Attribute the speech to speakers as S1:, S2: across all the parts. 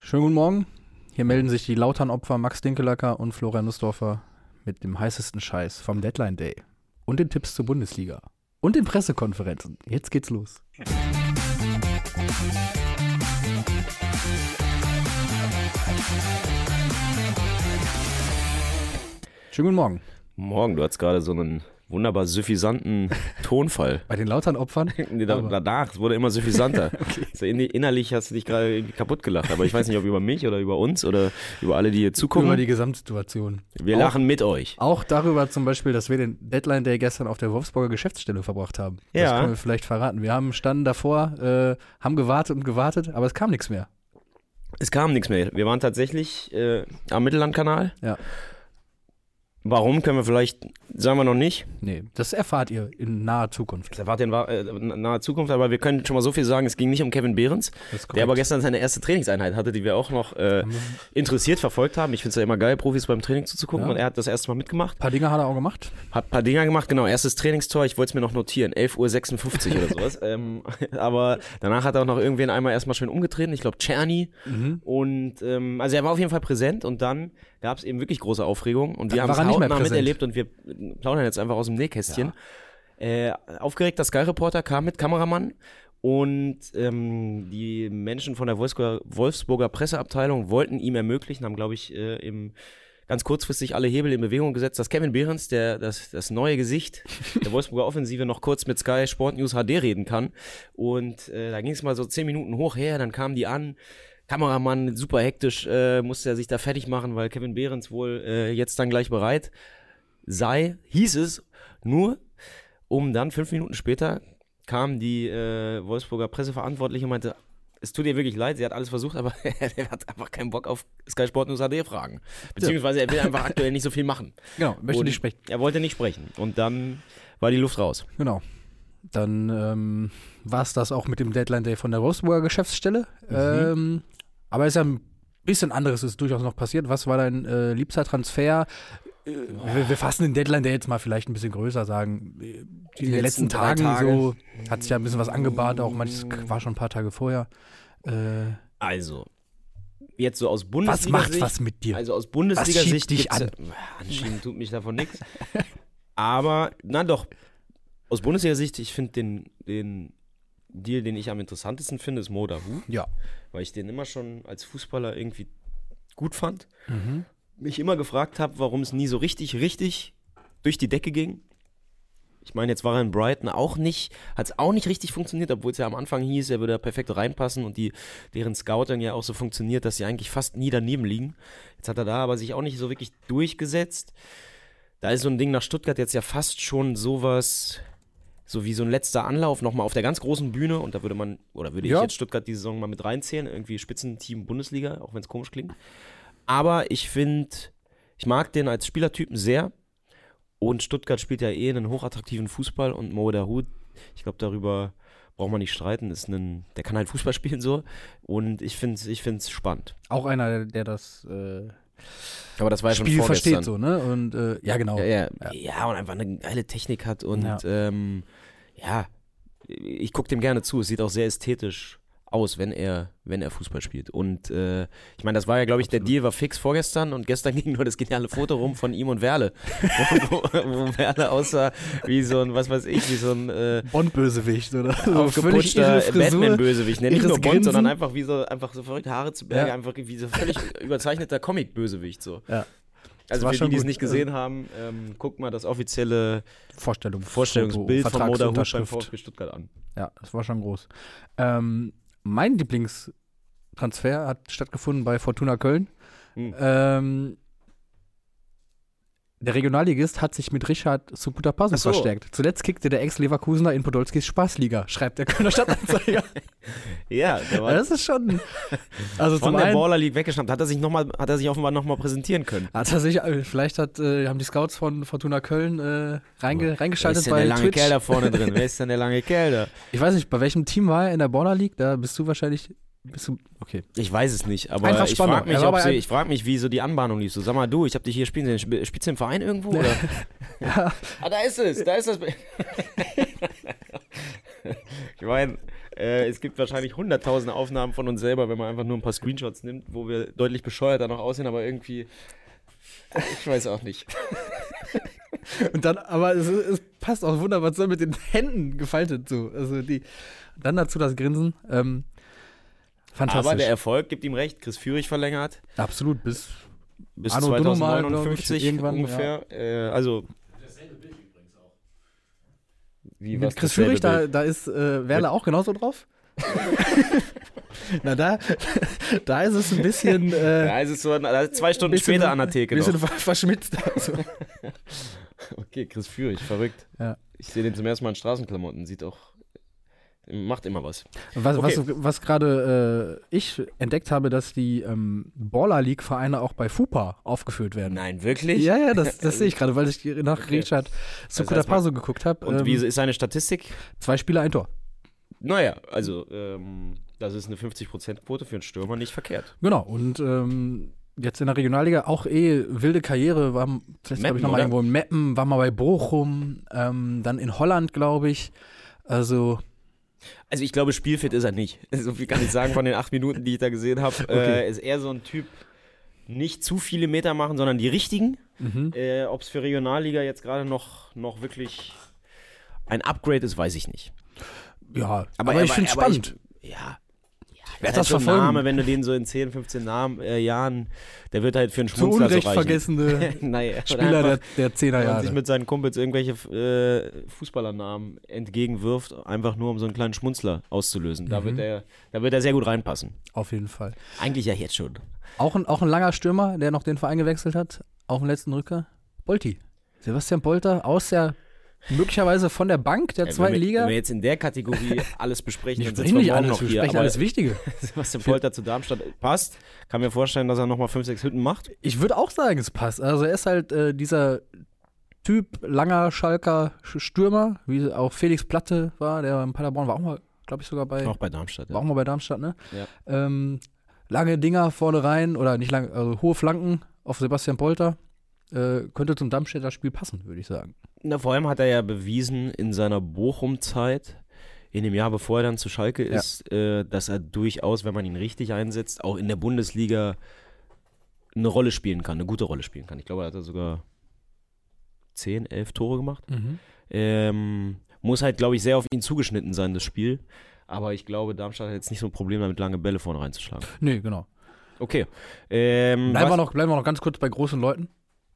S1: Schönen guten Morgen. Hier melden sich die Lautern-Opfer Max Dinkelacker und Florian Nussdorfer mit dem heißesten Scheiß vom Deadline Day und den Tipps zur Bundesliga und den Pressekonferenzen. Jetzt geht's los. Schönen guten Morgen.
S2: Morgen, du hattest gerade so einen wunderbar suffisanten Tonfall.
S1: Bei den Lautern-Opfern?
S2: Nee, da,
S1: Aber-
S2: danach, es wurde immer suffisanter. so in, innerlich hast du dich gerade irgendwie kaputt gelacht, aber ich weiß nicht, ob über mich oder über uns oder über alle, die hier
S1: Über
S2: zugucken.
S1: die Gesamtsituation.
S2: Wir
S1: Auch-
S2: lachen mit euch.
S1: Auch darüber zum Beispiel, dass wir den Deadline Day gestern auf der Wolfsburger Geschäftsstelle verbracht haben. Das
S2: Ja.
S1: können wir vielleicht verraten. Wir haben standen davor, äh, haben gewartet und gewartet, aber es kam nichts mehr.
S2: Es kam nichts mehr. Wir waren tatsächlich äh, am Mittellandkanal.
S1: Ja.
S2: Warum können wir vielleicht, sagen wir noch nicht.
S1: Nee, das erfahrt ihr in naher Zukunft.
S2: Das erwartet ihr in wa- äh, in naher Zukunft, aber wir können schon mal so viel sagen, es ging nicht um Kevin Behrens,
S1: Das ist
S2: der aber
S1: korrekt.
S2: gestern seine erste Trainingseinheit hatte, die wir auch noch äh,
S1: Haben wir-
S2: interessiert verfolgt haben. Ich finde es ja immer geil, Profis beim Training zuzugucken
S1: Ja.
S2: und er hat das erste Mal mitgemacht.
S1: Ein paar Dinge hat er auch gemacht.
S2: Hab ein paar Dinger gemacht, genau. Erstes Trainingstor, ich wollte es mir noch notieren, 11.56 Uhr oder sowas. ähm, aber danach hat er auch noch irgendwen einmal erstmal schön umgetreten, ich glaube Czerny.
S1: Mhm.
S2: Und ähm, also er war auf jeden Fall präsent und dann gab es eben wirklich große Aufregung und wir
S1: Dann
S2: haben
S1: war er nicht mehr
S2: es
S1: präsent.
S2: miterlebt und wir plaudern jetzt einfach aus dem Nähkästchen. Äh, aufgeregter Sky-Reporter kam mit Kameramann und ähm, die Menschen von der Wolfsburger, Wolfsburger Presseabteilung wollten ihm ermöglichen, haben, glaube ich, äh, im ganz kurzfristig alle Hebel in Bewegung gesetzt, dass Kevin Behrens, der, das, das neue Gesicht der Wolfsburger Offensive, noch kurz mit Sky Sport News HD reden kann. Und äh, da ging es mal so zehn Minuten hoch her, dann kamen die an. Kameramann, super hektisch, äh, musste er sich da fertig machen, weil Kevin Behrens wohl äh, jetzt dann gleich bereit sei, hieß es, nur um dann fünf Minuten später kam die äh, Wolfsburger Presseverantwortliche und meinte, es tut ihr wirklich leid, sie hat alles versucht, aber er hat einfach keinen Bock auf Sky Sport News HD fragen. Beziehungsweise er will einfach aktuell nicht so viel machen.
S1: Genau, möchte
S2: Und
S1: nicht sprechen.
S2: Er wollte nicht sprechen. Und dann war die Luft raus.
S1: Genau. Dann ähm, war es das auch mit dem Deadline Day von der Wolfsburger Geschäftsstelle.
S2: Mhm.
S1: Ähm, aber es ist ja ein bisschen anderes, ist durchaus noch passiert. Was war dein äh, liebster Transfer? Äh, wir, wir fassen den Deadline Day jetzt mal vielleicht ein bisschen größer, sagen. äh, In den letzten,
S2: letzten drei
S1: Tagen
S2: Tage.
S1: so hat sich ja ein bisschen was angebahnt, auch manches k- war schon ein paar Tage vorher. Äh,
S2: Also, jetzt so aus
S1: was
S2: Bundesliga.
S1: macht was mit dir?
S2: Also aus
S1: Was
S2: Bundesliga-Sicht
S1: schiebt dich
S2: gibt's- Anschieben tut mich davon nichts. Aber, na doch, aus Bundesliga-Sicht, ich finde den, den Deal, den ich am interessantesten finde, ist Mo Davu,
S1: ja.
S2: weil ich den immer schon als Fußballer irgendwie gut fand. Mich immer gefragt habe, warum es nie so richtig, richtig durch die Decke ging. Ich meine, jetzt war er in Brighton auch nicht, hat es auch nicht richtig funktioniert, obwohl es ja am Anfang hieß, er würde da perfekt reinpassen und die, deren Scouting ja auch so funktioniert, dass sie eigentlich fast nie daneben liegen. Jetzt hat er da aber sich auch nicht so wirklich durchgesetzt. Da ist so ein Ding nach Stuttgart jetzt ja fast schon sowas, so wie so ein letzter Anlauf nochmal auf der ganz großen Bühne und da würde man, oder würde
S1: Ja.
S2: ich jetzt Stuttgart die Saison mal mit reinzählen, irgendwie Spitzenteam Bundesliga, auch wenn es komisch klingt. Aber ich finde, ich mag den als Spielertypen sehr. Und Stuttgart spielt ja eh einen hochattraktiven Fußball und Mo Dahoud, ich glaube, darüber braucht man nicht streiten, ist ein, der kann halt Fußball spielen so. Und ich finde es ich find's spannend.
S1: Auch einer, der das äh,
S2: Aber das war
S1: Spiel versteht so, ne? Und äh, ja, genau.
S2: Ja, ja. ja, und einfach eine geile Technik hat und
S1: Ja.
S2: ja, ähm, ja ich gucke dem gerne zu. Es sieht auch sehr ästhetisch aus, wenn er, wenn er Fußball spielt. Und äh, ich meine, das war ja, glaube ich, der Deal war fix vorgestern und gestern ging nur das geniale Foto rum von ihm und Werle. wo, wo, wo Werle aussah wie so ein, was weiß ich, wie so ein äh,
S1: Bond-Bösewicht, oder? So völlig irre
S2: aufgeputschter
S1: Frisur.
S2: Batman-Bösewicht. Ne? Nicht
S1: irres
S2: nur Bond, sondern
S1: Grinsen.
S2: einfach wie so, einfach so verrückte Haare zu Berge,
S1: Ja.
S2: einfach wie so völlig überzeichneter Comic-Bösewicht. So.
S1: Ja.
S2: Also
S1: war
S2: für
S1: schon
S2: die, die es
S1: gut.
S2: nicht gesehen haben, ähm, guckt mal das offizielle
S1: Vorstellung.
S2: Vorstellungsbild
S1: Foto,
S2: von Moda Hut beim
S1: Vertragsunterschrift.
S2: VfB Stuttgart an.
S1: Ja, das war schon groß. Ähm, mein Lieblingstransfer hat stattgefunden bei Fortuna Köln.
S2: Hm.
S1: Ähm, der Regionalligist hat sich mit Richard Sukutapasu
S2: Ach so.
S1: verstärkt. Zuletzt kickte der Ex-Leverkusener in Podolskis Spaßliga, schreibt der Kölner Stadtanzeiger.
S2: Ja, der war
S1: das ist schon. Also
S2: von
S1: zum
S2: der
S1: einen
S2: Baller League weggeschnappt. Hat er sich, noch mal, hat er sich offenbar nochmal präsentieren können.
S1: hat er sich, äh, vielleicht hat, äh, haben die Scouts von Fortuna Köln äh, reinge,
S2: Wer ist
S1: reingeschaltet
S2: denn der
S1: bei
S2: lange
S1: Twitch.
S2: Kerl da vorne drin? Wer ist denn der lange Kerl da?
S1: Ich weiß nicht, bei welchem Team war er in der Border League? Da bist du wahrscheinlich. Bist du, okay.
S2: Ich weiß es nicht, aber
S1: Einfach
S2: ich
S1: Spanner.
S2: frage mich,
S1: Er war
S2: ob
S1: bei
S2: sie,
S1: einem-
S2: ich frag mich, wie so die Anbahnung lief. So, sag mal, du, ich habe dich hier spielen sehen. Sp- Spielst du im Verein irgendwo? Oder? ah, da ist es, da ist das. ich meine, Äh, es gibt wahrscheinlich hunderttausende Aufnahmen von uns selber, wenn man einfach nur ein paar Screenshots nimmt, wo wir deutlich bescheuerter noch aussehen, aber irgendwie. Ich weiß auch nicht.
S1: Und dann, aber es, es passt auch wunderbar zusammen mit den Händen gefaltet so. Also die, dann dazu das Grinsen. Ähm, fantastisch.
S2: Aber der Erfolg gibt ihm recht. Chris Führig verlängert
S1: Absolut, bis
S2: bis
S1: Anno Dunno mal, glaub ich,
S2: 2059
S1: irgendwann,
S2: ungefähr. Äh, also. Wie, was
S1: mit Chris
S2: dasselbe
S1: Führig, da,
S2: Bild?
S1: da ist äh, Werner auch genauso drauf. Na, da, da ist es ein bisschen, äh,
S2: Ja, es ist so, ein- da ist zwei Stunden
S1: bisschen-
S2: später an der Theke noch.
S1: bisschen ver verschmitzt. Also.
S2: Okay, Chris Führig, verrückt.
S1: Ja.
S2: Ich sehe den zum ersten Mal in Straßenklamotten, sieht auch, macht immer was.
S1: Was,
S2: Okay.
S1: was, was gerade äh, ich entdeckt habe, dass die ähm, Baller League-Vereine auch bei FUPA aufgeführt werden.
S2: Nein, wirklich?
S1: Ja, ja, das, das sehe ich gerade, weil ich nach Richard Sukuta
S2: heißt, man-
S1: Paso geguckt habe.
S2: Also Und wie ist seine Statistik?
S1: zwei Spiele, ein Tor.
S2: Naja, also, ähm, das ist eine 50%-Quote für einen Stürmer nicht verkehrt.
S1: Genau. Und ähm, jetzt in der Regionalliga auch eh wilde Karriere. War, vielleicht habe ich
S2: Meppen,
S1: noch mal
S2: oder?
S1: irgendwo in Meppen, war mal bei Bochum, ähm, dann in Holland, glaube ich. Also,
S2: Also, ich glaube, spielfit ist er nicht. So viel kann ich sagen von den acht Minuten, die ich da gesehen habe. Äh, ist eher so ein Typ, nicht zu viele Meter machen, sondern die richtigen.
S1: Mhm.
S2: Äh, Ob es für Regionalliga jetzt gerade noch, noch wirklich ein Upgrade ist, weiß ich nicht.
S1: ja. Aber, ich finde es
S2: aber
S1: spannend.
S2: Ich, ja. ja
S1: werd
S2: halt
S1: das
S2: so ein
S1: verfolgen.
S2: Name, wenn du den so in 10, 15 Namen, äh, Jahren, der wird halt für einen
S1: Zu
S2: Schmunzler so
S1: Unrecht
S2: reichen.
S1: vergessene
S2: naja,
S1: Spieler der, der
S2: und sich
S1: Zehnerjahre.
S2: mit seinen Kumpels irgendwelche äh, Fußballernamen entgegenwirft, einfach nur um so einen kleinen Schmunzler auszulösen.
S1: Mhm.
S2: Da, wird er, da wird er sehr gut reinpassen.
S1: Auf jeden Fall.
S2: Eigentlich ja jetzt schon.
S1: Auch ein, auch ein langer Stürmer, der noch den Verein gewechselt hat, auf dem letzten Rücker. Bolti. Sebastian Bolter aus der, möglicherweise von der Bank der
S2: Äh, wenn,
S1: zweiten
S2: wir,
S1: Liga.
S2: wenn wir jetzt in der Kategorie alles besprechen,
S1: Wir sprechen
S2: dann sitzen wir
S1: nicht
S2: morgen
S1: alles,
S2: noch
S1: wir
S2: hier.
S1: sprechen
S2: Aber
S1: alles Wichtige.
S2: Sebastian Polter zu Darmstadt passt. Kann mir vorstellen, dass er nochmal 5, 6 Hütten macht.
S1: Ich würde auch sagen, es passt. Also er ist halt äh, dieser Typ, langer Schalker Sch- Stürmer, wie auch Felix Platte war, der in Paderborn war auch mal, glaube ich, sogar bei,
S2: Auch bei Darmstadt.
S1: war auch
S2: Ja.
S1: mal bei Darmstadt, ne?
S2: Ja.
S1: Ähm, lange Dinger vorne rein oder nicht lange, also hohe Flanken auf Sebastian Polter. Äh, könnte zum Darmstädter Spiel passen, würde ich sagen.
S2: Na, vor allem hat er ja bewiesen in seiner Bochum-Zeit, in dem Jahr, bevor er dann zu Schalke
S1: Ja.
S2: ist, äh, dass er durchaus, wenn man ihn richtig einsetzt, auch in der Bundesliga eine Rolle spielen kann, eine gute Rolle spielen kann. Ich glaube, er hat da sogar 10, 11 Tore gemacht.
S1: Mhm.
S2: Ähm, muss halt, glaube ich, sehr auf ihn zugeschnitten sein, das Spiel. Aber ich glaube, Darmstadt hat jetzt nicht so ein Problem damit, lange Bälle vorne reinzuschlagen.
S1: Nee, genau.
S2: Okay. Ähm,
S1: Bleiben wir,
S2: was-
S1: noch, bleiben wir noch ganz kurz bei großen Leuten.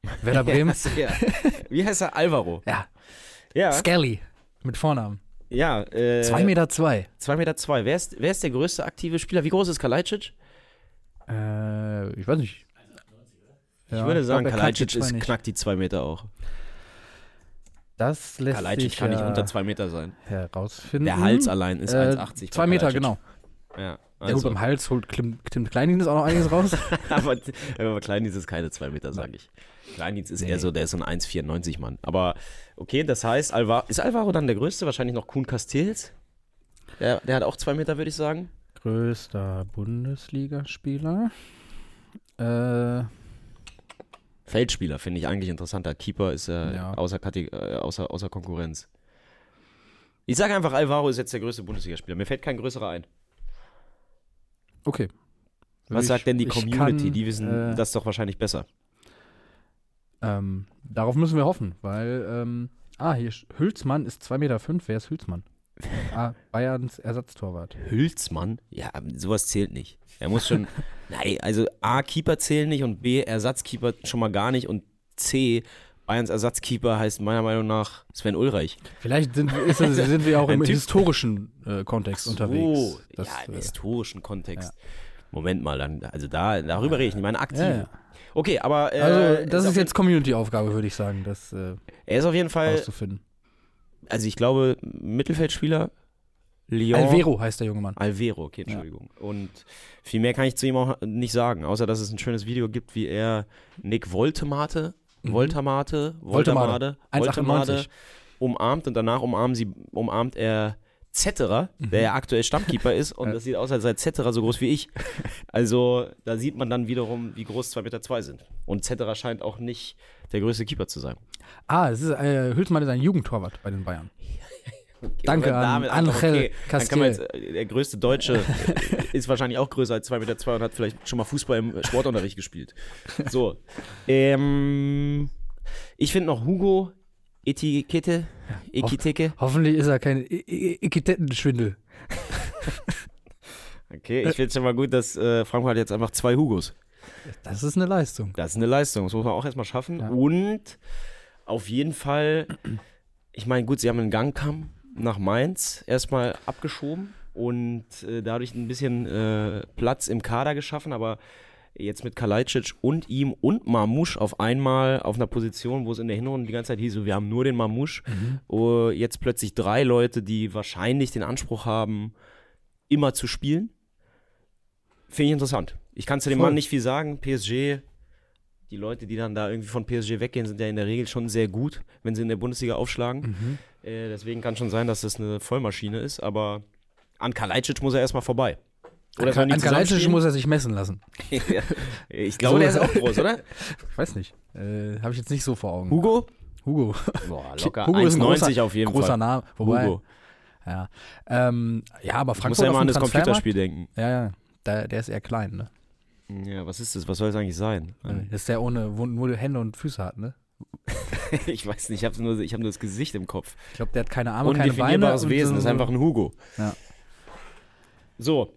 S1: Werder Bremen.
S2: Ja. Wie heißt er? Alvaro.
S1: ja,
S2: Ja.
S1: Skelly mit Vornamen.
S2: ja äh,
S1: 2 Meter zwei.
S2: 2 Meter zwei. Wer ist, wer ist der größte aktive Spieler? Wie groß ist Kalajdzic?
S1: Äh, ich weiß nicht.
S2: ich würde sagen, Kalajdzic
S1: Kalajdzic
S2: ist, knackt die 2 Meter auch.
S1: Das lässt
S2: Kalajdzic
S1: sich
S2: kann
S1: ja
S2: nicht unter 2 Meter sein.
S1: herausfinden.
S2: Der Hals allein ist 1,80. bei
S1: 2 Mhm. Äh, Meter,
S2: Kalajdzic.
S1: genau.
S2: Ja,
S1: Ja, gut,
S2: also,
S1: beim Hals holt Tim, Tim Kleindienst auch noch einiges raus.
S2: aber, aber Kleindienst ist keine 2 Meter, sage ich. Kleindienst ist eher so, der ist so ein 1,94 Mann. Aber okay, das heißt, Alvaro, ist Alvaro dann der größte? Wahrscheinlich noch Kuhn Castells. Der, der hat auch 2 Meter, würde ich sagen.
S1: Größter Bundesligaspieler. Äh,
S2: Feldspieler finde ich eigentlich interessanter. Keeper ist äh,
S1: Ja.
S2: außer, Kate- äh, außer, außer Konkurrenz. Ich sage einfach, Alvaro ist jetzt der größte Bundesligaspieler. Mir fällt kein größerer ein.
S1: okay.
S2: Was
S1: Ich-
S2: sagt denn die
S1: ich
S2: Community?
S1: kann,
S2: die wissen
S1: äh,
S2: das doch wahrscheinlich besser.
S1: Ähm, darauf müssen wir hoffen, weil, ähm, ah, hier, ist- Hülsmann ist 2,5 Meter. Fünf. Wer ist Hülsmann? ah, Bayerns Ersatztorwart.
S2: Hülsmann? Ja, sowas zählt nicht. Er muss schon. nein, also A, Keeper zählen nicht und B, Ersatzkeeper schon mal gar nicht und C, Bayerns Ersatzkeeper heißt meiner Meinung nach Sven Ulreich.
S1: Vielleicht sind, ist, es- sind wir auch
S2: Ein
S1: im
S2: Typ-
S1: historischen äh, Kontext
S2: Oh,
S1: unterwegs. Das,
S2: ja, im
S1: äh,
S2: historischen Kontext. Moment mal, dann, also da, darüber rede ich, ich meine aktiv.
S1: Ja, ja.
S2: Okay, aber äh,
S1: also, das
S2: auf
S1: ist jetzt Community-Aufgabe, würde ich sagen, das äh,
S2: Er ist auf jeden Fall,
S1: rauszufinden.
S2: also ich glaube, Mittelfeldspieler. Lyon.
S1: Alvero heißt der junge Mann.
S2: Alvero, okay, Entschuldigung. Und viel mehr kann ich zu ihm auch nicht sagen, außer dass es ein schönes Video gibt, wie er Nick Voltemate,
S1: Mhm.
S2: Voltamate, Voltamade,
S1: Voltemade. 1,98.
S2: umarmt und danach umarmt, sie, umarmt er Zetterer,
S1: Mhm.
S2: der ja aktuell Stammkeeper ist und das sieht aus, als sei Zetterer so groß wie ich. Also da sieht man dann wiederum, wie groß 2,2 Meter zwei sind. Und Zetterer scheint auch nicht der größte Keeper zu sein.
S1: Ah, es ist, äh, Hülsmann ist ein Jugendtorwart bei den Bayern.
S2: Okay,
S1: Danke
S2: oder
S1: an
S2: damit einfach,
S1: Angel
S2: Dann kann man
S1: Castell.
S2: jetzt, äh, der größte Deutsche äh, ist wahrscheinlich auch größer als 2,2 Meter zwei und hat vielleicht schon mal Fußball im äh, Sportunterricht gespielt. So. Ähm, ich finde noch Hugo Etikette, Ekiteke.
S1: Hoffentlich ist er kein I- I- Etikettenschwindel.
S2: Okay, ich finde es schon mal gut, dass äh, Frankfurt hat jetzt einfach zwei Hugos.
S1: Das ist eine Leistung.
S2: Das ist eine Leistung, das muss man auch erstmal schaffen.
S1: Ja.
S2: Und auf jeden Fall, ich meine, gut, sie haben einen Gangkamm nach Mainz erstmal abgeschoben und äh, dadurch ein bisschen äh, Platz im Kader geschaffen, aber jetzt mit Kalajdzic und ihm und Marmouche auf einmal auf einer Position, wo es in der Hinrunde die ganze Zeit hieß, so, wir haben nur den Marmouche,
S1: Mhm.
S2: oh, jetzt plötzlich drei Leute, die wahrscheinlich den Anspruch haben, immer zu spielen. Finde ich interessant. Ich kann zu dem
S1: Voll.
S2: Mann nicht viel sagen. PSG, die Leute, die dann da irgendwie von PSG weggehen, sind ja in der Regel schon sehr gut, wenn sie in der Bundesliga aufschlagen.
S1: Mhm.
S2: Äh, deswegen kann schon sein, dass das eine Vollmaschine ist, aber an Kalajdzic muss er erstmal vorbei. Oder sollen
S1: an
S2: die
S1: Kalajdzic
S2: zusammenspielen?
S1: muss er sich messen lassen.
S2: ich glaube, der ist auch groß, oder?
S1: Ich weiß nicht. Äh, Habe ich jetzt nicht so vor Augen.
S2: Hugo?
S1: Hugo.
S2: Boah, locker.
S1: Hugo ist ein
S2: 1,90
S1: großer-
S2: auf jeden
S1: großer
S2: Fall.
S1: Name. Wobei,
S2: Hugo.
S1: Ja. Ähm, ja, aber
S2: Ich muss
S1: Frankfurt
S2: ja immer
S1: auf
S2: an
S1: dem
S2: das
S1: Transfermarkt.
S2: Computerspiel denken.
S1: Ja, ja. Da, der ist eher klein, ne?
S2: Ja, was ist das? Was soll das eigentlich sein?
S1: Das ist der ohne, wo nur Hände und Füße hat, ne?
S2: Ich weiß nicht, ich habe nur, ich hab nur das Gesicht im Kopf.
S1: Ich glaube, der hat keine Arme, keine Beine.
S2: Undefinierbares
S1: und
S2: Wesen,
S1: so-
S2: ist einfach ein Hugo.
S1: Ja.
S2: So,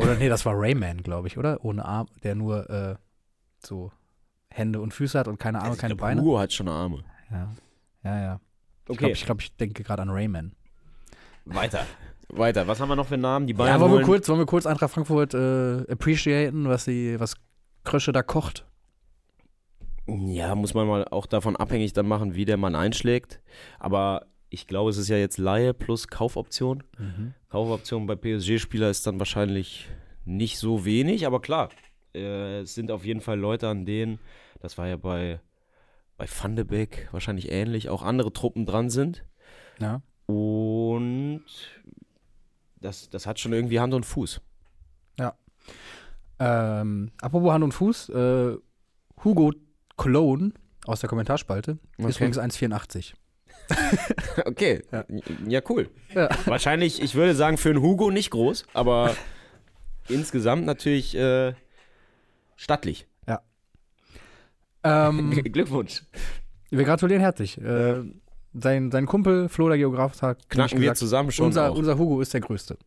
S1: Oder nee, das war Rayman, glaube ich, oder? Ohne Arm, der nur äh, so Hände und Füße hat und keine Arme,
S2: Also ich
S1: keine
S2: glaub,
S1: Beine.
S2: Hugo hat schon Arme.
S1: Ja, ja, ja. Ich
S2: Okay,
S1: glaube, ich, glaub, ich denke gerade an Rayman.
S2: weiter. Weiter. Was haben wir noch für Namen? Die
S1: Ja,
S2: Bayern
S1: wollen, wir
S2: holen-
S1: kurz, wollen wir kurz Eintracht Frankfurt äh, appreciaten, was, die, was Krösche da kocht?
S2: Ja, muss man mal auch davon abhängig dann machen, wie der Mann einschlägt. Aber ich glaube, es ist ja jetzt Laie plus Kaufoption. Kaufoption bei PSG-Spieler ist dann wahrscheinlich nicht so wenig, aber klar, äh, es sind auf jeden Fall Leute, an denen, das war ja bei, bei Van de Beek wahrscheinlich ähnlich, auch andere Truppen dran sind.
S1: Ja.
S2: Und das, das hat schon irgendwie Hand und Fuß.
S1: Ähm, apropos Hand und Fuß, äh, Hugo Cologne aus der Kommentarspalte ist
S2: Okay.
S1: übrigens 1,84.
S2: Okay, ja, cool.
S1: Ja.
S2: Wahrscheinlich, ich würde sagen, für einen Hugo nicht groß, aber insgesamt natürlich äh, stattlich.
S1: Ähm,
S2: Glückwunsch.
S1: wir gratulieren herzlich. Äh, sein, sein Kumpel Flo, der Geograf, hat
S2: Knacken wir
S1: gesagt,
S2: zusammen schon
S1: unser,
S2: auch.
S1: unser Hugo ist der Größte.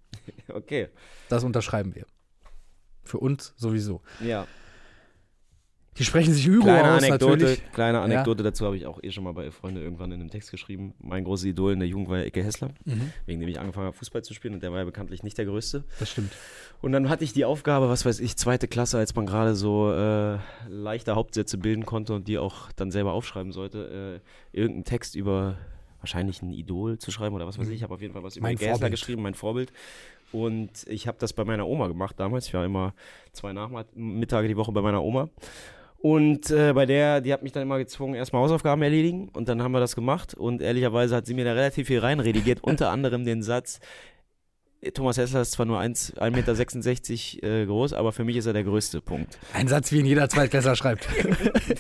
S2: Okay,
S1: Das unterschreiben wir. Für uns sowieso.
S2: ja.
S1: Die sprechen sich Hugo
S2: Kleine
S1: aus,
S2: Anekdote,
S1: natürlich.
S2: kleine Anekdote dazu habe ich auch eh schon mal bei Freunde irgendwann in einem Text geschrieben. Mein großes Idol in der Jugend war ja Ecke Hessler,
S1: Mhm.
S2: wegen dem ich angefangen habe, Fußball zu spielen und der war ja bekanntlich nicht der Größte.
S1: Das stimmt.
S2: Und dann hatte ich die Aufgabe, was weiß ich, zweite Klasse, als man gerade so äh, leichte Hauptsätze bilden konnte und die auch dann selber aufschreiben sollte, äh, irgendeinen Text über wahrscheinlich ein Idol zu schreiben oder was weiß ich. Ich habe auf jeden Fall was über
S1: Mhm. Mein
S2: Gäsler
S1: Vorbild.
S2: geschrieben, mein Vorbild. Und ich habe das bei meiner Oma gemacht damals. Ich war immer zwei Nachmittage die Woche bei meiner Oma. Und äh, bei der, die hat mich dann immer gezwungen, erstmal Hausaufgaben erledigen. Und dann haben wir das gemacht. Und ehrlicherweise hat sie mir da relativ viel reinredigiert. unter anderem den Satz, Thomas Hessler ist zwar nur 1 1,66 Meter äh, groß, aber für mich ist er der größte Punkt.
S1: Ein Satz, wie ihn jeder Zweitklässler schreibt.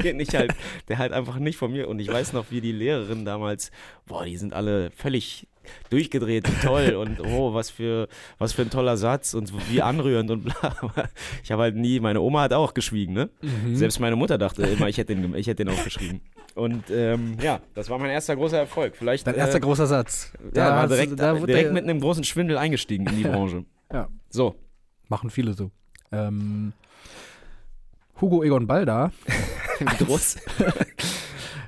S2: Den ich halt, der halt einfach nicht von mir. Und ich weiß noch, wie die Lehrerin damals, boah, die sind alle völlig durchgedreht, wie toll und oh, was für, was für ein toller Satz und wie anrührend und bla. Aber ich habe halt nie, meine Oma hat auch geschwiegen, ne?
S1: Mhm.
S2: Selbst meine Mutter dachte immer, ich hätte den, gem- ich hätte den aufgeschrieben. Und ähm, ja, das war mein erster großer Erfolg. Vielleicht
S1: Dein erster
S2: äh,
S1: großer Satz.
S2: ja, war
S1: hast du-
S2: direkt,
S1: da wurde
S2: direkt
S1: der-
S2: mit einem großen Schwindel eingestiegen in die Branche.
S1: Ja.
S2: So,
S1: Machen viele so. Ähm, Hugo Egon Balda,
S2: wie groß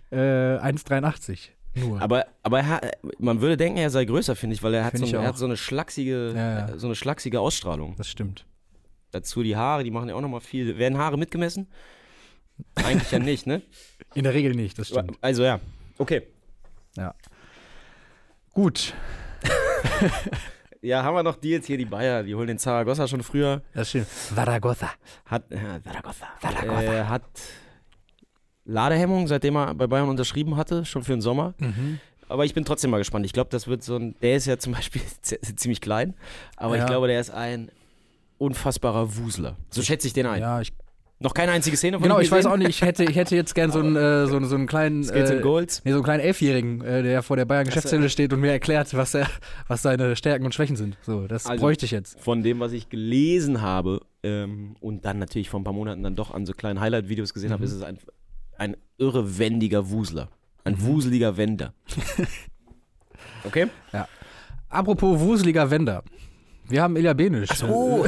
S1: äh, 1,83 nur.
S2: Aber, aber er hat, man würde denken, er sei größer, finde ich, weil er hat,
S1: Find
S2: so,
S1: ich
S2: eine- er
S1: auch.
S2: hat so, eine schlachsige,
S1: Ja, ja.
S2: so eine schlachsige Ausstrahlung.
S1: das stimmt.
S2: Dazu die Haare, die machen ja auch nochmal viel. Werden Haare mitgemessen? Eigentlich ja nicht, ne?
S1: In der Regel nicht, das stimmt.
S2: Also ja. Okay.
S1: Ja. Gut,
S2: Ja, haben wir noch die jetzt hier, die Bayer, die holen den Zaragoza schon früher.
S1: das stimmt. Varagoza.
S2: Hat, äh, Zaragoza, Äh, hat Ladehemmung, seitdem er bei Bayern unterschrieben hatte, schon für den Sommer.
S1: Mhm.
S2: Aber ich bin trotzdem mal gespannt. Ich glaube, das wird so ein. Der ist ja zum Beispiel z- ziemlich klein, aber ich
S1: Ja.
S2: glaube, der ist ein unfassbarer Wusler. So schätze ich den ein.
S1: Ja, ich
S2: Noch keine einzige Szene von
S1: Genau,
S2: ihm
S1: ich weiß
S2: gesehen?
S1: auch nicht, ich hätte, ich hätte jetzt gern so einen, äh, so, einen- so einen kleinen.
S2: Skills
S1: äh,
S2: and Goals.
S1: Nee, so einen kleinen Elfjährigen, äh, der vor der Bayern-Geschäftsstelle steht und mir erklärt, was, er, was seine Stärken und Schwächen sind. So, das
S2: Also-
S1: bräuchte ich jetzt.
S2: Von dem, was ich gelesen habe ähm, und dann natürlich vor ein paar Monaten dann doch an so kleinen Highlight-Videos gesehen
S1: Mhm.
S2: habe, ist es ein, ein irrewendiger Wusler. Ein
S1: Mhm.
S2: wuseliger Wender. okay?
S1: Apropos wuseliger Wender. Wir haben Ilja Benisch. Äh,
S2: Oh.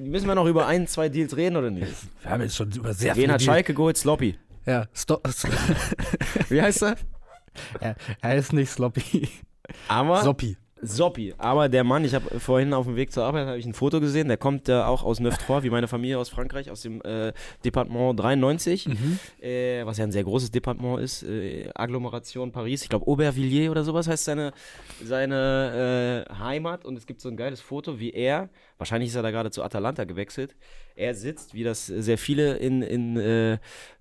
S2: Müssen wir noch über ein, zwei Deals reden oder nicht?
S1: Wir haben jetzt schon über sehr
S2: Wen hat
S1: viele-
S2: Schalke geholt? Sloppy.
S1: Ja, Sto
S2: Wie heißt er?
S1: er, er ist nicht sloppy.
S2: Aber
S1: Soppy.
S2: Soppi, aber der Mann, ich habe vorhin auf dem Weg zur Arbeit habe ich ein Foto gesehen, der kommt äh, auch aus Neuf-Trois, wie meine Familie aus Frankreich, aus dem äh, Departement 93, äh, was ja ein sehr großes Departement ist, äh, Agglomeration Paris, ich glaube Aubervilliers oder sowas heißt seine, seine äh, Heimat und es gibt so ein geiles Foto, wie er, wahrscheinlich ist er da gerade zu Atalanta gewechselt, er sitzt, wie das sehr viele in, in äh,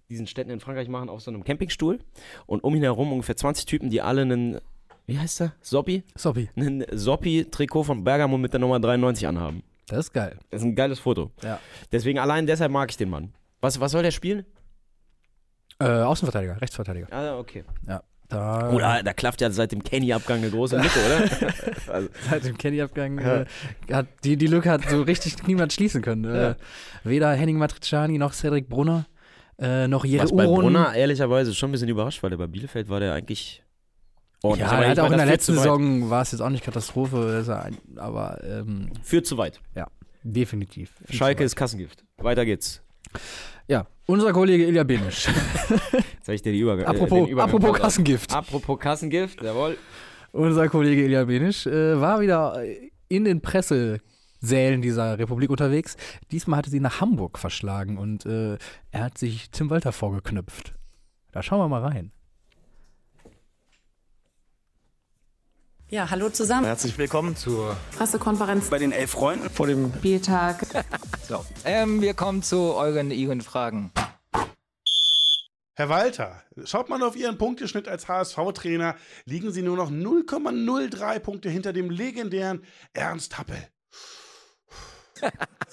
S2: diesen Städten in Frankreich machen, auf so einem Campingstuhl und um ihn herum ungefähr 20 Typen, die alle einen, wie heißt er, Soppi?
S1: Soppy.
S2: ein Soppi-Trikot von Bergamo mit der Nummer 93 anhaben.
S1: Das ist geil.
S2: Das ist ein geiles Foto.
S1: Ja.
S2: Deswegen allein deshalb mag ich den Mann. Was, was soll der spielen?
S1: Äh, Außenverteidiger, Rechtsverteidiger.
S2: Ah, okay.
S1: Ja. Oh, Da,
S2: Oder da klafft ja seit dem Kenny-Abgang eine große Lücke, oder? also,
S1: Seit dem Kenny-Abgang äh, hat die, die Lücke hat so richtig niemand schließen können. Äh, weder Henning Matriciani noch Cedric Brunner, äh, noch Jere
S2: was bei
S1: Uron.
S2: Brunner ehrlicherweise schon ein bisschen überrascht, weil der bei Bielefeld war der eigentlich ordentlich.
S1: Ja,
S2: Aber
S1: er hat
S2: ich
S1: auch
S2: meine,
S1: in der
S2: Oh, das führt
S1: letzten
S2: zu weit.
S1: Saison war es jetzt auch nicht Katastrophe, das ist er ein- aber ähm,
S2: Führt zu weit.
S1: ja, definitiv.
S2: Schalke ist Kassengift. Weiter geht's.
S1: Ja, unser Kollege Ilja Benisch.
S2: Jetzt habe ich dir die Überg äh,
S1: apropos,
S2: den Übergang
S1: apropos
S2: versaut.
S1: Kassengift.
S2: Apropos Kassengift, jawohl.
S1: Unser Kollege Ilja Benisch äh, war wieder äh, in den Pressesälen dieser Republik unterwegs. Diesmal hatte sie nach Hamburg verschlagen und äh, er hat sich Tim Walter vorgeknüpft. Da schauen wir mal rein.
S3: Ja, hallo zusammen.
S4: Herzlich willkommen zur
S3: Pressekonferenz
S4: bei den elf Freunden vor dem
S3: Spieltag.
S5: So, ähm, wir kommen zu euren, ihren Fragen.
S6: Herr Walter, schaut mal auf Ihren Punkteschnitt als HSV-Trainer, liegen Sie nur noch 0,03 Punkte hinter dem legendären Ernst Happel.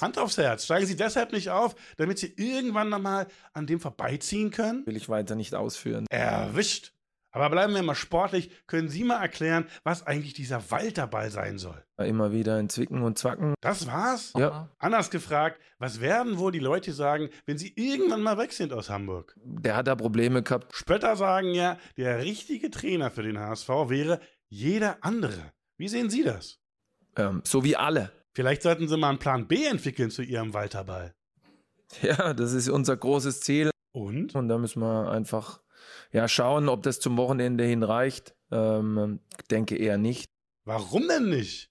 S6: Hand aufs Herz, steigen Sie deshalb nicht auf, damit Sie irgendwann nochmal an dem vorbeiziehen können?
S5: Will ich weiter nicht ausführen.
S6: Erwischt! Aber bleiben wir mal sportlich, können Sie mal erklären, was eigentlich dieser Walterball sein soll?
S5: Äh, Immer wieder in Zwicken und Zwacken.
S6: Das war's?
S5: Ja,
S6: Anders gefragt, was werden wohl die Leute sagen, wenn sie irgendwann mal weg sind aus Hamburg?
S5: der hat da Probleme gehabt.
S6: Spötter sagen ja, der richtige Trainer für den HSV wäre jeder andere. Wie sehen Sie das?
S5: Ähm, so wie alle.
S6: Vielleicht sollten Sie mal einen Plan B entwickeln zu Ihrem Walterball.
S5: Ja, das ist unser großes Ziel.
S6: Und?
S5: Und da müssen wir einfach ja, schauen, ob das zum Wochenende hin reicht. Ähm, denke eher nicht.
S6: Warum denn nicht?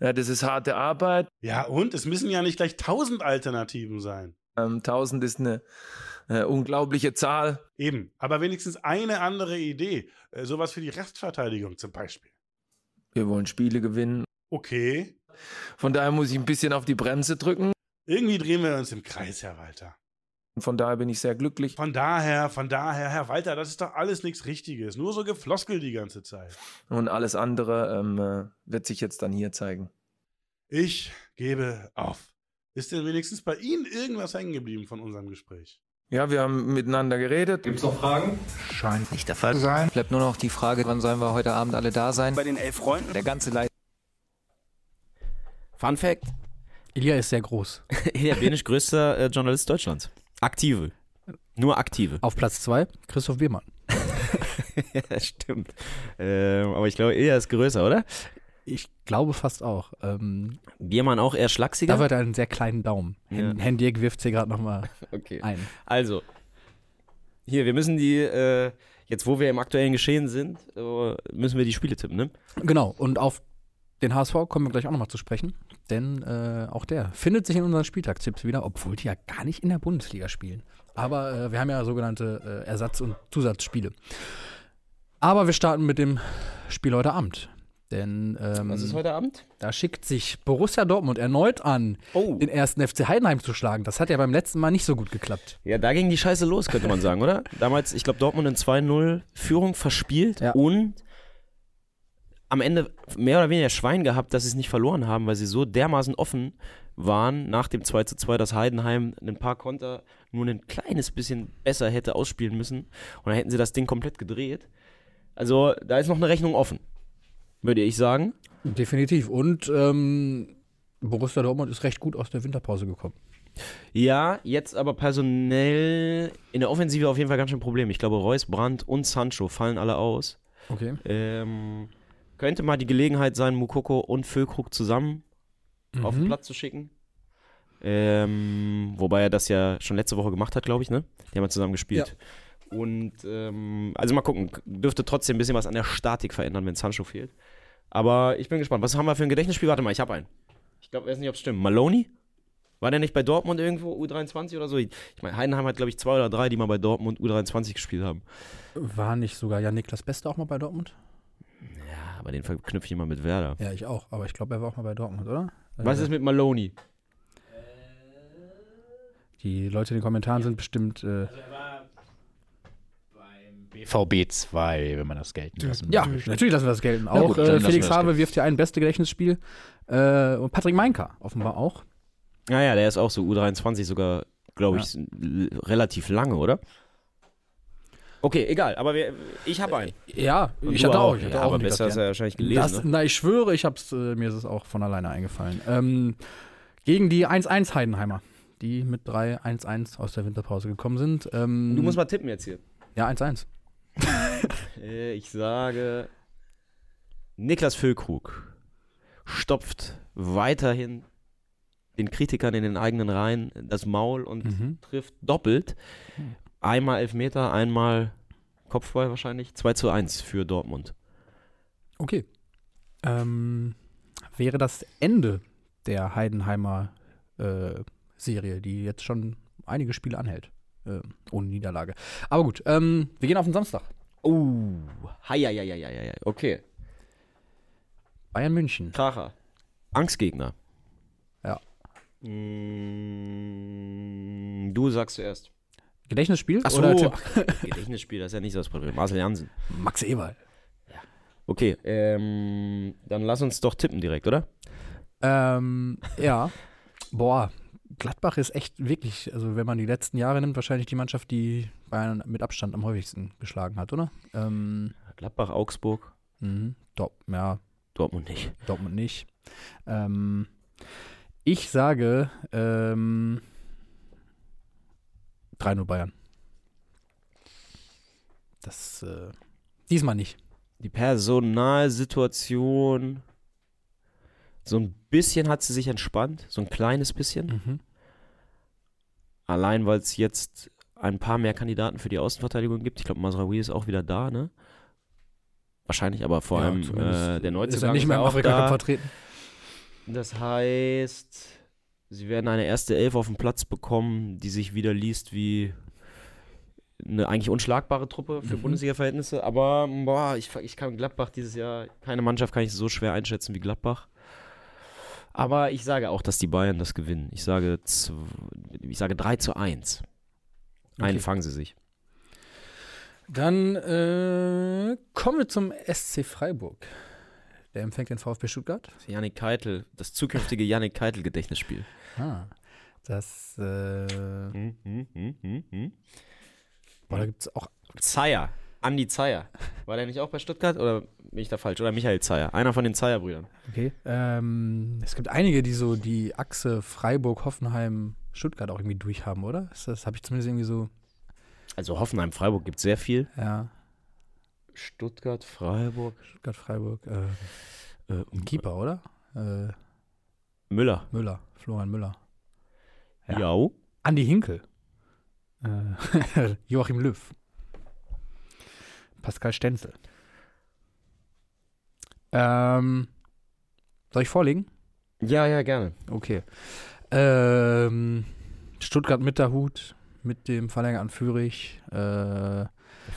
S5: Ja, das ist harte Arbeit.
S6: Ja, und? Es müssen ja nicht gleich tausend Alternativen sein.
S5: Ähm, 1000 ist eine äh, unglaubliche Zahl.
S6: Eben, aber wenigstens eine andere Idee. Äh, sowas für die Restverteidigung zum Beispiel.
S5: Wir wollen Spiele gewinnen.
S6: Okay.
S5: Von daher muss ich ein bisschen auf die Bremse drücken.
S6: Irgendwie drehen wir uns im Kreis, Herr Walter.
S5: Von daher bin ich sehr glücklich.
S6: Von daher, von daher, Herr Walter, das ist doch alles nichts Richtiges. Nur so gefloskelt die ganze Zeit.
S5: Und alles andere ähm, äh, wird sich jetzt dann hier zeigen.
S6: Ich gebe auf. Ist denn wenigstens bei Ihnen irgendwas hängen geblieben von unserem Gespräch?
S5: Ja, wir haben miteinander geredet.
S7: Bleibt nur noch die Frage, wann sollen wir heute Abend alle da sein?
S4: bei den elf Freunden.
S7: Der ganze Leid.
S2: Fun Fact:
S1: Ilja ist sehr groß.
S2: Ilja Benisch, größter äh, Journalist Deutschlands. Aktive. Nur aktive.
S1: Auf Platz 2 Christoph Biermann.
S2: Ja, stimmt. Ähm, aber ich glaube, er ist größer, oder?
S1: Ich glaube fast auch. Ähm,
S2: Biermann auch eher schlachsiger.
S1: Da wird er einen sehr kleinen Daumen. Ja. Hendiek wirft sie gerade nochmal
S2: okay.
S1: ein.
S2: Also, hier, wir müssen die, äh, jetzt wo wir im aktuellen Geschehen sind, äh, müssen wir die Spiele tippen, ne?
S1: Genau, und auf den HSV kommen wir gleich auch nochmal zu sprechen, denn äh, auch der findet sich in unseren Spieltagstipps wieder, obwohl die ja gar nicht in der Bundesliga spielen. Aber äh, wir haben ja sogenannte äh, Ersatz- und Zusatzspiele. Aber wir starten mit dem Spiel heute Abend. Denn ähm,
S2: Was ist heute Abend?
S1: da schickt sich Borussia Dortmund erneut an,
S2: Oh.
S1: den ersten FC Heidenheim zu schlagen. Das hat ja beim letzten Mal nicht so gut geklappt.
S2: Ja, da ging die Scheiße los, könnte man sagen, oder? Damals, ich glaube, Dortmund in 2-0 Führung verspielt
S1: Ja.
S2: und am Ende mehr oder weniger Schwein gehabt, dass sie es nicht verloren haben, weil sie so dermaßen offen waren nach dem 2 zu 2, dass Heidenheim ein paar Konter nur ein kleines bisschen besser hätte ausspielen müssen. Und dann hätten sie das Ding komplett gedreht. Also da ist noch eine Rechnung offen, würde ich sagen.
S1: Definitiv. Und ähm, Borussia Dortmund ist recht gut aus der Winterpause gekommen.
S2: Ja, jetzt aber personell in der Offensive auf jeden Fall ganz schön Problem. Ich glaube, Reus, Brandt und Sancho fallen alle aus.
S1: Okay.
S2: Ähm, könnte mal die Gelegenheit sein, Mukoko und Füllkrug zusammen auf den Platz zu schicken. Ähm, wobei er das ja schon letzte Woche gemacht hat, glaube ich, ne? Die haben ja zusammen gespielt. Und ähm, also mal gucken, dürfte trotzdem ein bisschen was an der Statik verändern, wenn Sancho fehlt. Aber ich bin gespannt. Was haben wir für ein Gedächtnisspiel? Warte mal, ich habe einen. Ich glaube, weiß nicht, ob es stimmt. Maloney? War der nicht bei Dortmund irgendwo U23 oder so? Ich meine, Heidenheim hat, glaube ich, zwei oder drei, die mal bei Dortmund U23 gespielt haben.
S1: War nicht sogar ja Niklas Beste auch mal bei Dortmund?
S2: Ja, Ah, aber den verknüpfe ich immer mit Werder.
S1: Ja, ich auch. Aber ich glaube, er war auch mal bei Dortmund, oder?
S2: Was ist mit Maloney?
S1: Die Leute in den Kommentaren sind bestimmt. Äh,
S8: BVB 2, wenn man das gelten lassen
S1: ja,
S8: möchte.
S1: natürlich lassen wir das gelten.
S8: Na
S1: Auch
S8: gut, dann
S1: äh,
S8: lassen
S1: Felix
S8: wir das
S1: Habe
S8: gelten.
S1: wirft ja ein beste Gedächtnisspiel. Äh, und Patrick Meinka offenbar auch.
S2: Naja, der ist auch so U23 sogar, glaube ich, l- relativ lange, oder? Okay, egal, aber wir, ich habe einen.
S1: Ja,
S2: Und
S1: ich
S2: du
S1: hatte auch. Ich hatte
S2: ja,
S1: auch
S2: aber
S1: Niklas
S2: besser hast du
S1: Beste.
S2: ja wahrscheinlich gelesen.
S1: das,
S2: ne?
S1: Na, ich schwöre, ich hab's, äh, mir ist es auch von alleine eingefallen. Ähm, gegen die 1-1 Heidenheimer, die mit 3-1-1 aus der Winterpause gekommen sind. Ähm,
S2: Du musst mal tippen jetzt hier.
S1: ja, 1-1.
S2: Äh, Ich sage, Niklas Füllkrug stopft weiterhin den Kritikern in den eigenen Reihen das Maul und
S1: Mhm.
S2: trifft doppelt. Einmal Elfmeter, einmal Kopfball wahrscheinlich. 2 zu 1 für Dortmund.
S1: Okay. Ähm, wäre das Ende der Heidenheimer äh, Serie, die jetzt schon einige Spiele anhält. Äh, ohne Niederlage. Aber gut, ähm, wir gehen auf den Samstag.
S2: Oh, hei, hei, hei, hei, hei. Okay.
S1: Bayern München.
S2: Kracher. Angstgegner.
S1: Ja.
S2: Mm, Du sagst zuerst.
S1: Gedächtnisspiel?
S2: Ach so.
S1: Oder Tipp?
S2: Gedächtnisspiel, das ist ja nicht so das Problem. Marcel Jansen.
S1: Max Eberl.
S2: Okay, ähm, dann lass uns doch tippen direkt, oder?
S1: Ähm, ja. Boah, Gladbach ist echt wirklich, also wenn man die letzten Jahre nimmt, wahrscheinlich die Mannschaft, die Bayern mit Abstand am häufigsten geschlagen hat, oder? Ähm,
S2: Gladbach, Augsburg,
S1: mhm. Dort, ja,
S2: Dortmund nicht.
S1: Dortmund nicht. Ähm, ich sage ähm, 3-0 Bayern. Das äh, diesmal nicht.
S2: Die Personalsituation, so ein bisschen hat sie sich entspannt, so ein kleines bisschen.
S1: Mhm.
S2: Allein, weil es jetzt ein paar mehr Kandidaten für die Außenverteidigung gibt. Ich glaube, Masraoui ist auch wieder da, ne? Wahrscheinlich, aber vor
S1: Ja,
S2: allem
S1: zumindest
S2: äh, der
S1: Ist
S2: Neuzugang
S1: ja nicht mehr im
S2: auch
S1: Afrika Cup
S2: da.
S1: vertreten.
S2: Das heißt, sie werden eine erste Elf auf dem Platz bekommen, die sich wieder liest wie eine eigentlich unschlagbare Truppe für Bundesliga-Verhältnisse. Aber boah, ich, ich kann Gladbach dieses Jahr, keine Mannschaft kann ich so schwer einschätzen wie Gladbach. Aber ich sage auch, dass die Bayern das gewinnen. Ich sage, zw- ich sage 3 zu 1. Einen
S1: Okay.
S2: fangen sie sich.
S1: Dann äh, kommen wir zum SC Freiburg. Der empfängt den VfB Stuttgart.
S2: Janik Keitel, das zukünftige Janik Keitel-Gedächtnisspiel.
S1: Ah, das, äh, boah,
S2: Hm, hm, hm, hm, hm.
S1: da gibt es auch
S2: Zeyer. Andi Zeyer. War der nicht auch bei Stuttgart oder bin ich da falsch? Oder Michael Zeyer. Einer von den Zeyer-Brüdern.
S1: Okay. Ähm, es gibt einige, die so die Achse Freiburg, Hoffenheim, Stuttgart auch irgendwie durchhaben, oder? Ist das habe ich zumindest irgendwie so.
S2: Also Hoffenheim, Freiburg gibt sehr viel.
S1: Ja,
S2: Stuttgart, Freiburg.
S1: Stuttgart, Freiburg. Äh,
S2: Äh,
S1: Keeper, oder? Äh,
S2: Müller.
S1: Müller, Florian Müller. Ja.
S2: Jau.
S1: Andi Hinkel. Äh, Joachim Löw. Pascal Stenzel. Ähm, soll ich vorlegen?
S2: Ja, ja, gerne.
S1: Okay. Ähm, Stuttgart mit der Hut, mit dem Verlänger an Fürich. Äh,
S2: Der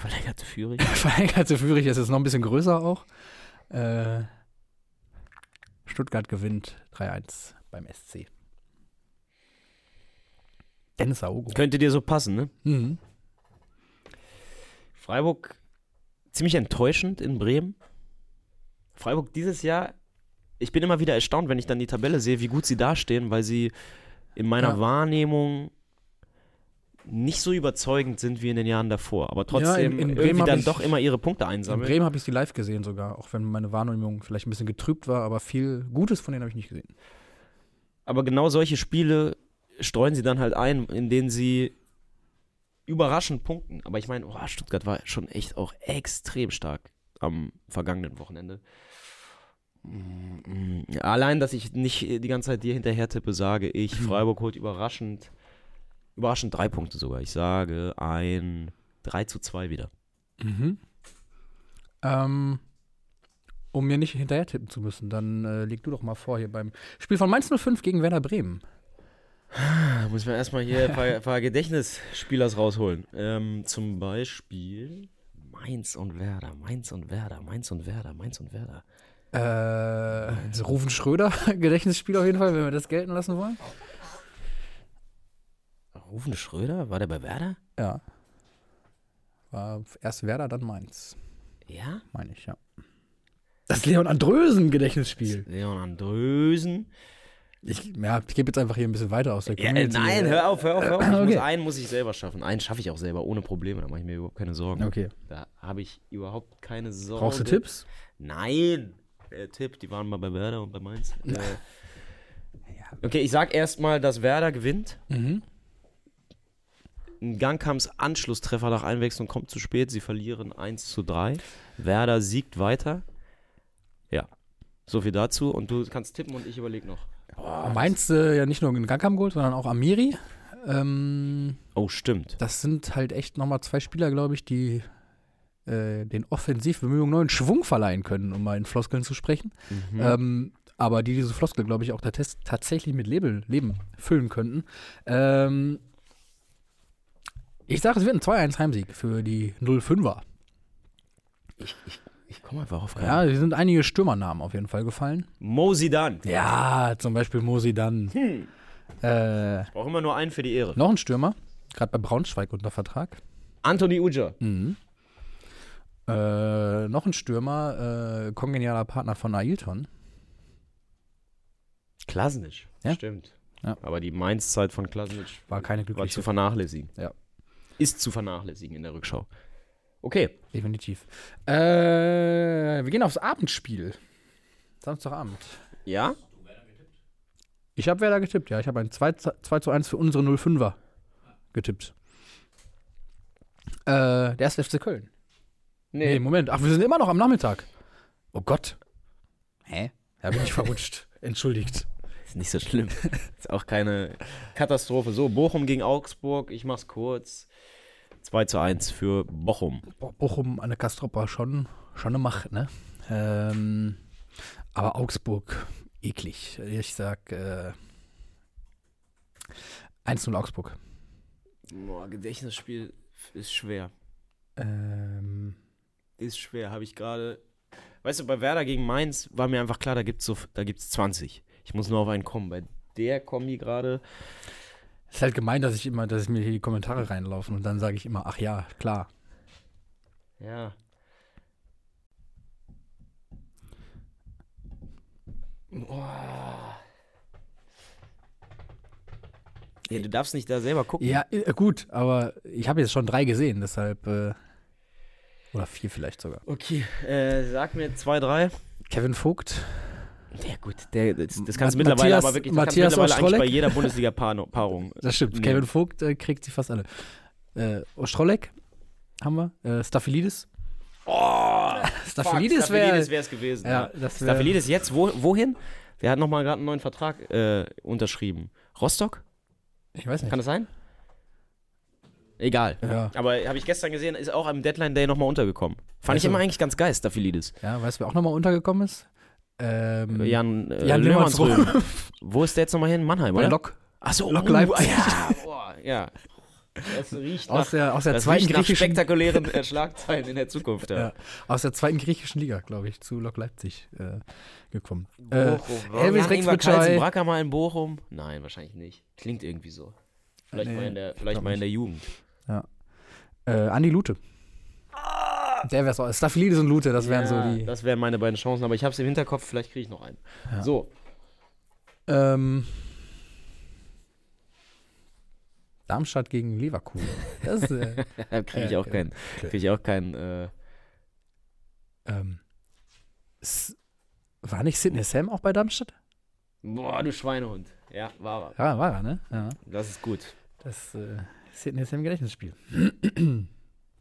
S2: verlängerte Führig.
S1: verlängerte Führig ist jetzt noch ein bisschen größer auch. Äh, Stuttgart gewinnt 3-1 beim SC. Dennis Aogo.
S2: Könnte dir so passen, ne?
S1: Mhm.
S2: Freiburg ziemlich enttäuschend in Bremen. Freiburg dieses Jahr, ich bin immer wieder erstaunt, wenn ich dann die Tabelle sehe, wie gut sie dastehen, weil sie in meiner
S1: Ja.
S2: Wahrnehmung nicht so überzeugend sind wie in den Jahren davor.
S1: Ja,
S2: Aber
S1: in-
S2: trotzdem
S1: in Bremen
S2: irgendwie
S1: hab
S2: dann
S1: ich-
S2: doch immer ihre Punkte
S1: In
S2: einsammeln.
S1: Bremen habe ich sie live gesehen sogar, auch wenn meine Wahrnehmung vielleicht ein bisschen getrübt war, aber viel Gutes von denen habe ich nicht gesehen.
S2: Aber genau solche Spiele streuen sie dann halt ein, in denen sie überraschend punkten. Aber ich meine, boah, Stuttgart war schon echt auch extrem stark am vergangenen Wochenende. Mm, mm. Allein, dass ich nicht die ganze Zeit dir hinterher tippe, sage ich, Freiburg holt überraschend, überraschend drei Punkte sogar. Ich sage ein 3 zu 2 wieder.
S1: Mhm. Ähm, um mir nicht hinterher tippen zu müssen, dann äh, leg du doch mal vor hier beim Spiel von Mainz 05 gegen Werder Bremen.
S2: Da muss man erstmal hier ein paar, ein paar Gedächtnisspielers rausholen. Ähm, zum Beispiel Mainz und Werder, Mainz und Werder, Mainz und Werder, Mainz und Werder.
S1: Äh, Rufen Schröder, Gedächtnisspiel auf jeden Fall, wenn wir das gelten lassen wollen.
S2: Rufen Schröder, war der bei Werder?
S1: Ja. War erst Werder, dann Mainz,
S2: Ja.
S1: meine ich, ja. Das Leon Andrösen Gedächtnisspiel.
S2: Leon Andrösen.
S1: Ich, ja, ich gebe jetzt einfach hier ein bisschen weiter aus der
S2: Ja, äh,
S1: Community.
S2: nein, hör auf, hör auf, hör auf. Ich muss,
S1: Hm, Ah, Okay.
S2: einen muss ich selber schaffen. Einen schaffe ich auch selber, ohne Probleme. Da mache ich mir überhaupt keine Sorgen.
S1: Okay.
S2: Da habe ich überhaupt keine Sorgen.
S1: Brauchst du Tipps?
S2: Nein. Äh, Tipp, die waren mal bei Werder und bei Mainz. Äh, okay, ich sag erstmal, dass Werder gewinnt.
S1: Mhm.
S2: Ein Gangkamps Anschlusstreffer nach Einwechslung kommt zu spät. Sie verlieren 1 zu 3. Werder siegt weiter. Ja. So viel dazu. Und du kannst tippen und ich überlege noch.
S1: Mainz äh, ja nicht nur in Gangkam geholt, sondern auch Amiri. Ähm,
S2: Oh, stimmt.
S1: das sind halt echt nochmal zwei Spieler, glaube ich, die äh, den Offensivbemühungen neuen Schwung verleihen können, um mal in Floskeln zu sprechen. Ähm, aber die diese Floskel, glaube ich, auch tats- tatsächlich mit Leben, Leben füllen könnten. Ähm, ich sage, es wird ein 2-1-Heimsieg für die 05er.
S2: Ich komme einfach auf
S1: Ja, hier sind einige Stürmernamen auf jeden Fall gefallen.
S2: Mo Sidan.
S1: Ja, zum Beispiel Mosi dann. Äh,
S2: Brauche immer nur einen für die Ehre.
S1: noch ein Stürmer, gerade bei Braunschweig unter Vertrag.
S2: Anthony Uja.
S1: Hm. Äh, noch ein Stürmer, äh, kongenialer Partner von Ailton.
S2: Klasnic.
S1: Ja.
S2: Stimmt.
S1: Ja.
S2: Aber die Mainz-Zeit von Klasnic
S1: War keine
S2: war zu
S1: glückliche.
S2: vernachlässigen.
S1: Ja.
S2: Ist zu vernachlässigen in der Rückschau. Okay.
S1: Definitiv. Äh, wir gehen aufs Abendspiel. Samstagabend.
S2: Ja?
S1: Ich habe Werder getippt, ja. Ich habe ein 2, zu- 2 zu 1 für unsere 05er getippt. Äh, der erste FC Köln. Nee. Moment. Ach, wir sind immer noch am Nachmittag. Oh Gott. Hä? Da bin ich verrutscht. Entschuldigt.
S2: Ist nicht so schlimm. Ist auch keine Katastrophe. So, Bochum gegen Augsburg. Ich mach's kurz. 2 zu 1 für Bochum.
S1: Bo- Bochum an der Kastropper schon, schon eine Macht, ne? Ähm, aber Augsburg, eklig. Ich sag äh, 1-0 Augsburg.
S2: Boah, Gedächtnisspiel ist schwer.
S1: Ähm,
S2: Ist schwer, habe ich gerade. Weißt du, bei Werder gegen Mainz war mir einfach klar, da gibt es so, da gibt's 20. Ich muss nur auf einen kommen. Bei der Kombi gerade.
S1: ist halt gemein, dass ich immer, dass mir hier die Kommentare reinlaufen und dann sage ich immer, ach ja, klar.
S2: Ja. Boah. Ja, du darfst nicht da selber gucken.
S1: Ja, äh, gut, aber ich habe jetzt schon drei gesehen, deshalb äh, oder vier vielleicht sogar.
S2: Okay, äh, sag mir 2, 3.
S1: Kevin Vogt,
S2: Ja gut, der, das, das kannst
S1: Matthias-
S2: du mittlerweile aber wirklich das kannst du
S1: Matthias
S2: mittlerweile eigentlich bei
S1: Ostrolek?
S2: jeder Bundesliga-Paarung.
S1: das stimmt.
S2: Nee.
S1: Kevin Vogt äh, kriegt sie fast alle. Äh, Ostrolek haben wir, äh, Staphylidis.
S2: Oh,
S1: Staphylidis wäre
S2: wäre es gewesen.
S1: Ja, das wär-
S2: Staphylidis jetzt wo, wohin? Der hat nochmal gerade einen neuen Vertrag äh, unterschrieben. Rostock?
S1: Ich weiß nicht.
S2: Kann das sein? Egal.
S1: Ja.
S2: Aber habe ich gestern gesehen, ist auch am Deadline Day nochmal untergekommen. Fand ich
S1: Also-
S2: immer eigentlich ganz geil, Staphylidis.
S1: Ja, weißt du, wer auch nochmal untergekommen ist? Ähm,
S2: Jan, äh,
S1: Jan Löhmannsröhm.
S2: Löhmannsröhm. Wo ist der jetzt nochmal hin? Mannheim,
S1: bei
S2: oder?
S1: Lok
S2: Achso,
S1: Lok Leipzig.
S2: Ja, boah, ja. Das riecht nach
S1: aus der, aus der
S2: das
S1: zweiten
S2: riecht nach
S1: griechischen
S2: spektakulären äh, Schlagzeilen in der Zukunft. Ja.
S1: ja, aus der zweiten griechischen Liga, glaube ich, zu Lok Leipzig äh, gekommen. Äh,
S2: Bochum.
S1: Elvis
S2: Jan Ingvar
S1: Rexbitschei.
S2: Carlsen Bracker mal in Bochum? Nein, wahrscheinlich nicht. Klingt irgendwie so. Vielleicht
S1: Nee,
S2: mal in der, vielleicht
S1: glaub
S2: mal in der Jugend.
S1: äh, Andi Lute. Der wär's auch. Staphylidis und Lute, das wären so
S2: Ah! Ja,
S1: die.
S2: Das wären meine beiden Chancen, aber ich habe es im Hinterkopf, vielleicht kriege ich noch einen. So,
S1: Ähm, Darmstadt gegen Leverkusen. Das ist, äh,
S2: kriege ich
S1: Ja,
S2: auch
S1: ja,
S2: keinen. Kriege ich auch keinen. Äh,
S1: ähm, S- war nicht Sidney Sam auch bei Darmstadt?
S2: boah, du Schweinehund. Ja, war er.
S1: Ja, war er, ne? Ja.
S2: Das ist gut.
S1: Das äh, Sidney Sam Gedächtnisspiel.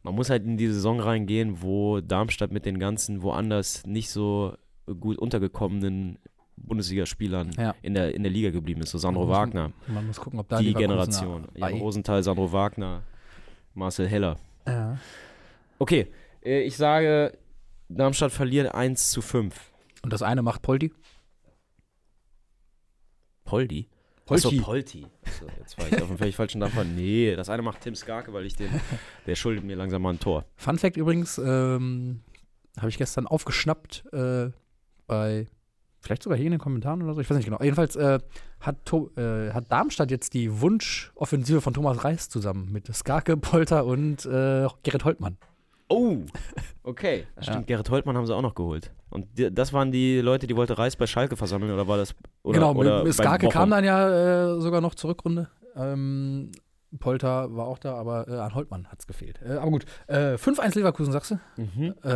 S2: Man muss halt in die Saison reingehen, wo Darmstadt mit den ganzen woanders nicht so gut untergekommenen Bundesligaspielern
S1: Ja. Mhm.
S2: in, der, in der Liga geblieben ist. So Sandro
S1: Man muss-
S2: Wagner,
S1: Man muss gucken, ob da
S2: die
S1: Leverkusener-
S2: Generation. Ja,
S1: Ei.
S2: Rosenthal, Sandro Wagner, Marcel Heller.
S1: Ja.
S2: Okay, äh, ich sage, Darmstadt verliert 1 zu 5.
S1: Und das eine macht Poldi.
S2: Poldi? Achso, Polti. Achso, jetzt war ich auf dem völlig falschen Dampfer. Nee, das eine macht Tim Skarke, weil ich den, der schuldet mir langsam mal ein Tor.
S1: Fun Fact übrigens, ähm, habe ich gestern aufgeschnappt äh, bei, vielleicht sogar hier in den Kommentaren oder so, ich weiß nicht genau. Jedenfalls äh, hat, To- äh, hat Darmstadt jetzt die Wunschoffensive von Thomas Reis zusammen mit Skarke, Polter und äh, Gerrit Holtmann.
S2: Oh, okay. Das stimmt, Gerrit Holtmann haben sie auch noch geholt. Und die, das waren die Leute, die wollte Reis bei Schalke versammeln, oder war das? Oder,
S1: genau,
S2: oder beim
S1: mit Skarke
S2: Bochum?
S1: kam dann ja äh, sogar noch zur Rückrunde. Ähm, Polter war auch da, aber äh, an Holtmann hat es gefehlt. Äh, aber gut, äh, 5-1 Leverkusen, sagst du?
S2: Mhm.
S1: Äh,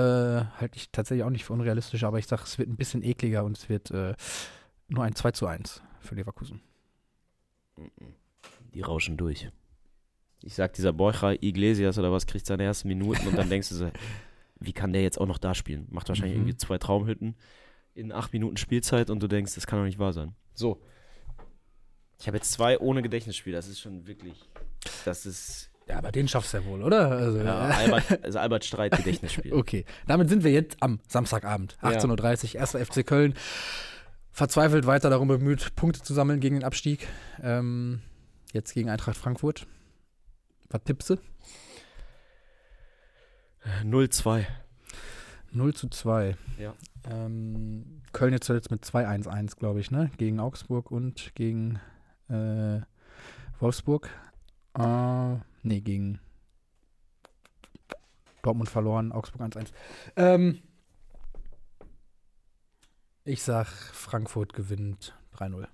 S1: Halte ich tatsächlich auch nicht für unrealistisch, aber ich sage, es wird ein bisschen ekliger und es wird äh, nur ein 2 zu 1 für Leverkusen.
S2: Die rauschen durch. Ich sag, dieser Borja Iglesias oder was kriegt seine ersten Minuten und dann denkst du so, wie kann der jetzt auch noch da spielen? Macht wahrscheinlich
S1: Mhm.
S2: irgendwie zwei Traumhütten in acht Minuten Spielzeit und du denkst, das kann doch nicht wahr sein. So. Ich habe jetzt zwei ohne Gedächtnisspiel, das ist schon wirklich. Das ist
S1: Ja, aber den schaffst du ja wohl, oder? Also,
S2: ja,
S1: ja.
S2: Albert, also Albert Streit Gedächtnisspiel.
S1: Okay, damit sind wir jetzt am Samstagabend, 18.30 Uhr, 1. FC Köln. Verzweifelt weiter darum bemüht, Punkte zu sammeln gegen den Abstieg. Ähm, jetzt gegen Eintracht Frankfurt. Was tippst du?
S2: 0-2.
S1: 0 zu 2.
S2: Ja.
S1: Ähm, Köln jetzt zuletzt mit 2-1-1, glaube ich, ne? Gegen Augsburg und gegen äh, Wolfsburg. Äh, nee, gegen Dortmund verloren, Augsburg 1-1. Ähm, ich sag, Frankfurt gewinnt 3-0.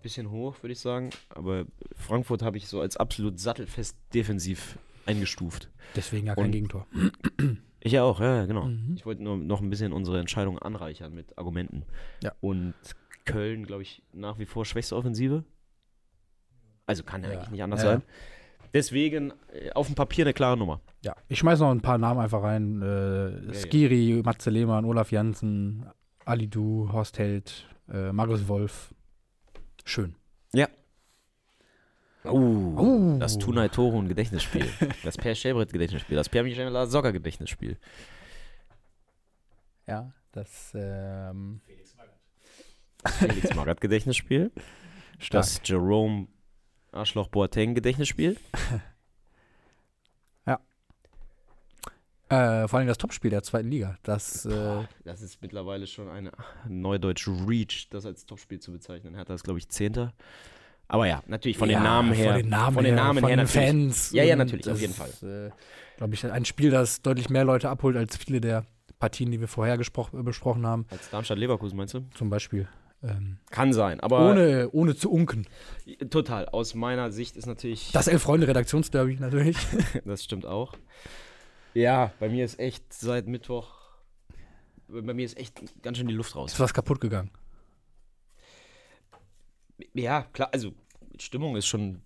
S2: Bisschen hoch, würde ich sagen. Aber Frankfurt habe ich so als absolut sattelfest defensiv eingestuft.
S1: Deswegen ja kein
S2: Und-
S1: Gegentor.
S2: Ich ja auch, ja, ja, genau.
S1: Mhm.
S2: Ich wollte nur noch ein bisschen unsere Entscheidung anreichern mit Argumenten.
S1: Ja.
S2: Und Köln, glaube ich, nach wie vor schwächste Offensive. Also kann ja
S1: Ja.
S2: eigentlich nicht anders
S1: Ja.
S2: sein. Deswegen äh, auf dem Papier eine klare Nummer.
S1: Ja, ich schmeiß noch ein paar Namen einfach rein. Äh,
S2: ja.
S1: Skiri, Matze Lehmann, Olaf Janssen, Ali Du, Horst Held, äh, Marius Wolf. Schön.
S2: Oh, Das Tunai Toro Gedächtnisspiel. das Per Schäbret Gedächtnisspiel. Das Per Michel Socker Gedächtnisspiel.
S1: Ja, das ähm,
S2: Felix Magath Gedächtnisspiel.
S1: stark.
S2: Das Jerome Arschloch Boateng Gedächtnisspiel.
S1: äh, vor allem das Topspiel der zweiten Liga. Das, äh,
S2: Das ist mittlerweile schon eine neudeutsch Reach, das als Topspiel zu bezeichnen. Hertha ist, glaube ich, Zehnter. Aber ja, natürlich von
S1: ja,
S2: den Namen her.
S1: Von den Namen
S2: von den
S1: her,
S2: Namen
S1: von
S2: her
S1: den
S2: natürlich.
S1: Fans.
S2: Ja, ja,
S1: Und
S2: natürlich, auf
S1: das
S2: jeden
S1: ist, Äh, Glaube ich, ein Spiel, das deutlich mehr Leute abholt als viele der Partien, die wir vorher gespro- äh, besprochen haben.
S2: Als Darmstadt-Leverkusen, meinst du?
S1: Zum Beispiel. Ähm,
S2: Kann sein, aber
S1: ohne, ohne zu unken.
S2: total. Aus meiner Sicht ist natürlich, das,
S1: Das Elf-Freunde-Redaktionsderby natürlich.
S2: stimmt auch. Ja, bei mir ist echt seit Mittwoch, bei mir ist echt ganz schön die Luft raus.
S1: Ist was kaputt gegangen.
S2: Ja, klar, also Stimmung ist schon.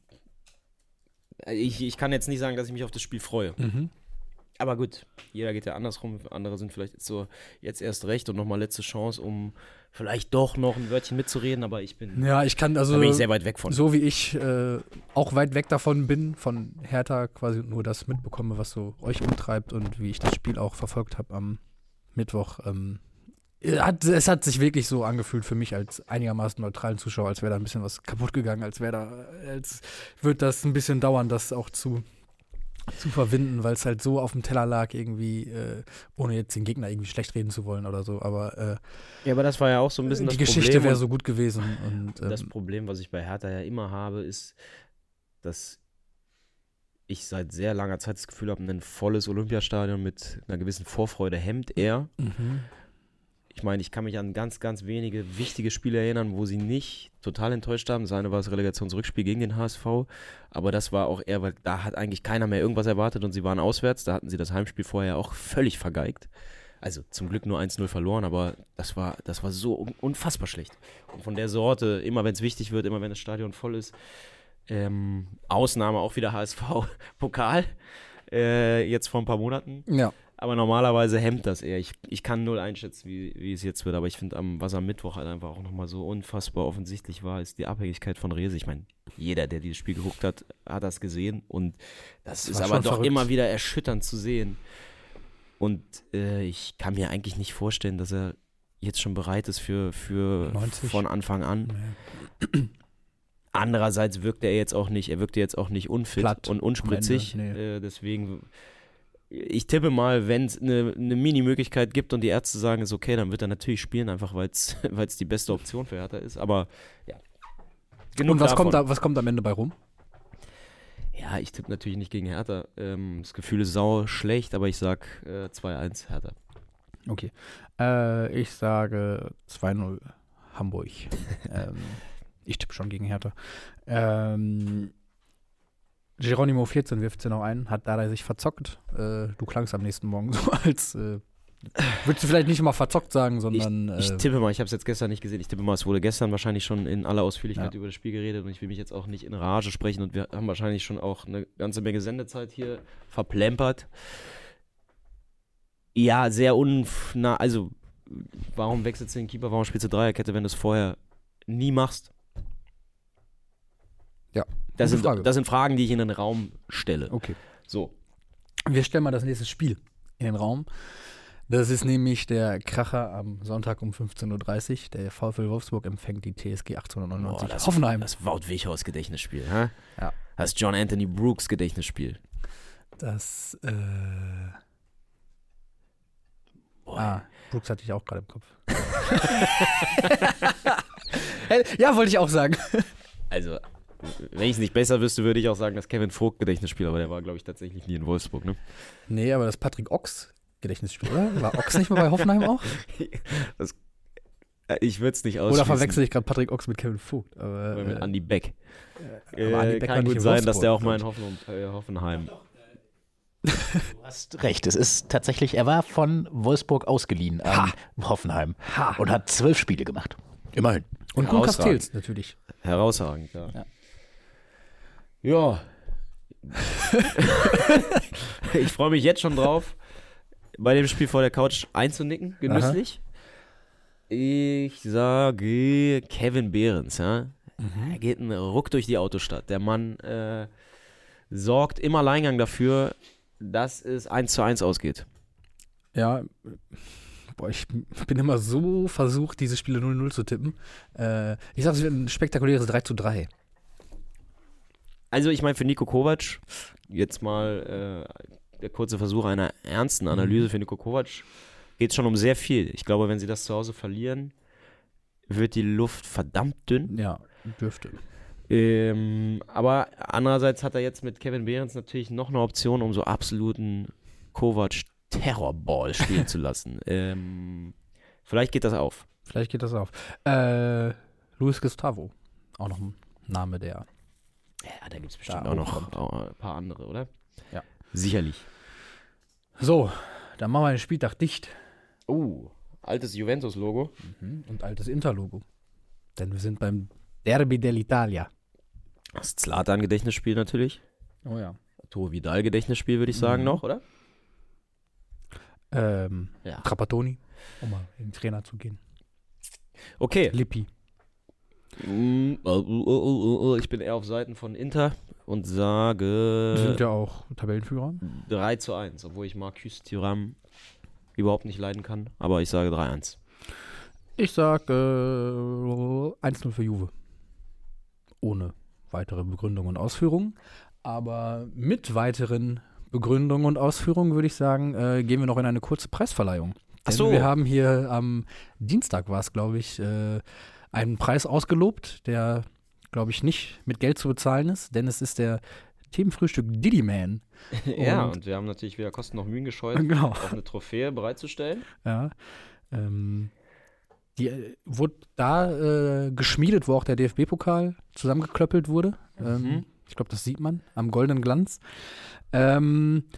S2: Ich, ich kann jetzt nicht sagen, dass ich mich auf das Spiel freue.
S1: Mhm.
S2: Aber gut, jeder geht ja andersrum. Andere sind vielleicht jetzt so jetzt erst recht und nochmal letzte Chance, um vielleicht doch noch ein Wörtchen mitzureden, aber ich bin,
S1: Ja, ich kann also.
S2: da bin ich sehr weit weg von.
S1: so wie ich äh, auch weit weg davon bin, von Hertha quasi nur das mitbekomme, was so euch umtreibt und wie ich das Spiel auch verfolgt habe am Mittwoch. Ähm, hat, es hat sich wirklich so angefühlt für mich als einigermaßen neutralen Zuschauer, als wäre da ein bisschen was kaputt gegangen, als wäre da, als wird das ein bisschen dauern, das auch zu, zu verwinden, weil es halt so auf dem Teller lag, irgendwie, äh, ohne jetzt den Gegner irgendwie schlecht reden zu wollen oder so, aber äh,
S2: Ja, aber das war ja auch so ein bisschen
S1: die
S2: das
S1: Geschichte
S2: Problem.
S1: wäre
S2: und-
S1: so gut gewesen. Und, ähm,
S2: das Problem, was ich bei Hertha ja immer habe, ist, dass ich seit sehr langer Zeit das Gefühl habe, ein volles Olympiastadion mit einer gewissen Vorfreude hemmt er.
S1: mhm.
S2: Ich meine, ich kann mich an ganz, ganz wenige wichtige Spiele erinnern, wo sie nicht total enttäuscht haben. Seine war das Relegationsrückspiel gegen den HSV, aber das war auch eher, weil da hat eigentlich keiner mehr irgendwas erwartet und sie waren auswärts. Da hatten sie das Heimspiel vorher auch völlig vergeigt. Also zum Glück nur 1-0 verloren, aber das war, das war so un- unfassbar schlecht. Und von der Sorte, immer wenn es wichtig wird, immer wenn das Stadion voll ist, ähm, Ausnahme auch wieder HSV-Pokal, äh, jetzt vor ein paar Monaten.
S1: Ja.
S2: Aber normalerweise hemmt das eher. Ich, ich kann null einschätzen, wie, wie es jetzt wird. Aber ich finde, am, was am Mittwoch halt einfach auch nochmal so unfassbar offensichtlich war, ist die Abhängigkeit von Rese. Ich meine, jeder, der dieses Spiel geguckt hat, hat das gesehen. Und das, ist
S1: war
S2: aber
S1: schon
S2: doch
S1: verrückt.
S2: immer wieder erschütternd zu sehen. Und äh, ich kann mir eigentlich nicht vorstellen, dass er jetzt schon bereit ist für, für
S1: 90.
S2: von Anfang an. Andererseits wirkt er jetzt auch nicht, er wirkte jetzt auch nicht unfit
S1: Platt
S2: und unspritzig.
S1: am Ende,
S2: Äh, deswegen, ich tippe mal, wenn es eine ne, Mini-Möglichkeit gibt und die Ärzte sagen, ist okay, dann wird er natürlich spielen, einfach weil es die beste Option für Hertha ist. Aber ja. Genug
S1: Und was
S2: davon.
S1: kommt, da, was kommt am Ende bei rum?
S2: Ja, ich tippe natürlich nicht gegen Hertha. Ähm, das Gefühl ist sau schlecht, aber ich sag äh, 2-1 Hertha.
S1: Okay. Äh, ich sage 2-0 Hamburg. ähm, ich tippe schon gegen Hertha. Ähm, Geronimo 14 wirft sie noch ein, hat Dada sich verzockt. Äh, du klangst am nächsten Morgen so, als äh, würdest du vielleicht nicht mal verzockt sagen, sondern
S2: ich
S1: äh,
S2: tippe mal, ich habe es jetzt gestern nicht gesehen. Ich tippe mal, es wurde gestern wahrscheinlich schon in aller Ausführlichkeit
S1: Ja.
S2: über das Spiel geredet und ich will mich jetzt auch nicht in Rage sprechen und wir haben wahrscheinlich schon auch eine ganze Menge Sendezeit hier verplempert. Ja, sehr unf. Na, also, warum wechselst du den Keeper? Warum spielst du Dreierkette, wenn du es vorher nie machst?
S1: Ja, gute
S2: Das sind,
S1: Frage. Oh,
S2: das sind Fragen, die ich in den Raum stelle.
S1: Okay.
S2: So.
S1: Wir stellen mal das nächste Spiel in den Raum. Das ist nämlich der Kracher am Sonntag um 15.30 Uhr. Der VfL Wolfsburg empfängt die TSG 1899
S2: das-
S1: Hoffenheim.
S2: Das Wout Wichhaus Gedächtnisspiel, hä?
S1: Ja.
S2: Das John Anthony Brooks Gedächtnisspiel.
S1: Das, äh. Ah, Brooks hatte ich auch gerade im Kopf. Hey, ja, wollte ich auch sagen.
S2: Also, wenn ich es nicht besser wüsste, würde ich auch sagen, das Kevin Vogt Gedächtnisspiel, aber der war, glaube ich, tatsächlich nie in Wolfsburg, ne?
S1: Nee, aber das Patrick Ochs Gedächtnisspiel, oder? War Ochs nicht mal bei Hoffenheim auch?
S2: Äh, Ich würde es nicht ausschließen.
S1: Oder verwechsel ich gerade Patrick Ochs mit Kevin Vogt? Aber,
S2: Weil Mit
S1: äh,
S2: Andy Beck.
S1: aber Andy Beck war
S2: Äh, kann
S1: nicht
S2: gut
S1: in
S2: sein, dass der auch
S1: Wolfsburg,
S2: mal in Hoffnung, äh, Hoffenheim.
S8: Du hast recht, es ist tatsächlich, er war von Wolfsburg ausgeliehen an Hoffenheim und hat zwölf Spiele gemacht. Immerhin.
S1: und Kuhn
S2: herausragend.
S1: Castells natürlich.
S2: Herausragend, ja. Ja. ich freue mich jetzt schon drauf, bei dem Spiel vor der Couch einzunicken, genüsslich. Ich sage Kevin Behrens, ja. Er geht einen Ruck durch die Autostadt. Der Mann äh, sorgt im Alleingang dafür, dass es 1 zu 1 ausgeht.
S1: Ja, boah, ich bin immer so versucht, diese Spiele 0-0 zu tippen. Äh, ich sag, es wird ein spektakuläres 3 zu 3.
S2: Also ich meine, für Nico Kovac, jetzt mal äh, der kurze Versuch einer ernsten Analyse für Nico Kovac, geht es schon um sehr viel. Ich glaube, wenn sie das zu Hause verlieren, wird die Luft verdammt dünn.
S1: Ja, dürfte.
S2: Ähm, aber andererseits hat er jetzt mit Kevin Behrens natürlich noch eine Option, um so absoluten Kovac Terrorball spielen zu lassen. Ähm, vielleicht geht das auf.
S1: Vielleicht geht das auf. Äh, Luis Gustavo. Auch noch ein Name, der.
S2: Ja, da gibt es bestimmt
S1: Da
S2: auch noch auch ein paar andere, oder?
S1: Ja.
S2: Sicherlich.
S1: So, dann machen wir den Spieltag dicht.
S2: Oh, altes Juventus-Logo.
S1: Und altes Interlogo. Denn wir sind beim Derby dell'Italia.
S2: Das Zlatan-Gedächtnisspiel natürlich.
S1: Oh ja.
S2: Tor Vidal-Gedächtnisspiel, würde ich sagen, noch, oder?
S1: Ähm,
S2: Ja.
S1: Trapattoni, um mal in den Trainer zu gehen.
S2: Okay.
S1: Lippi.
S2: Mm, äh, äh, äh, äh, Ich bin eher auf Seiten von Inter und sage
S1: sind ja auch Tabellenführer.
S2: 3 zu 1, obwohl ich Marcus Thuram überhaupt nicht leiden kann, aber ich sage 3-1.
S1: Ich sag äh, 1-0 für Juve. Ohne weitere Begründung und Ausführungen. Aber mit weiteren Begründungen und Ausführungen würde ich sagen, äh, gehen wir noch in eine kurze Preisverleihung. Denn
S2: so.
S1: wir haben hier am Dienstag war es, glaube ich, äh, einen Preis ausgelobt, der, glaube ich, nicht mit Geld zu bezahlen ist, denn es ist der Themenfrühstück Diddy Man.
S2: ja, und wir haben natürlich wieder Kosten noch Mühen gescheut,
S1: Genau.
S2: auch eine Trophäe bereitzustellen.
S1: Ja. Ähm, die äh, wurde da äh, geschmiedet, wo auch der DFB-Pokal zusammengeklöppelt wurde. Ähm, ich glaube, das sieht man am goldenen Glanz. Ähm,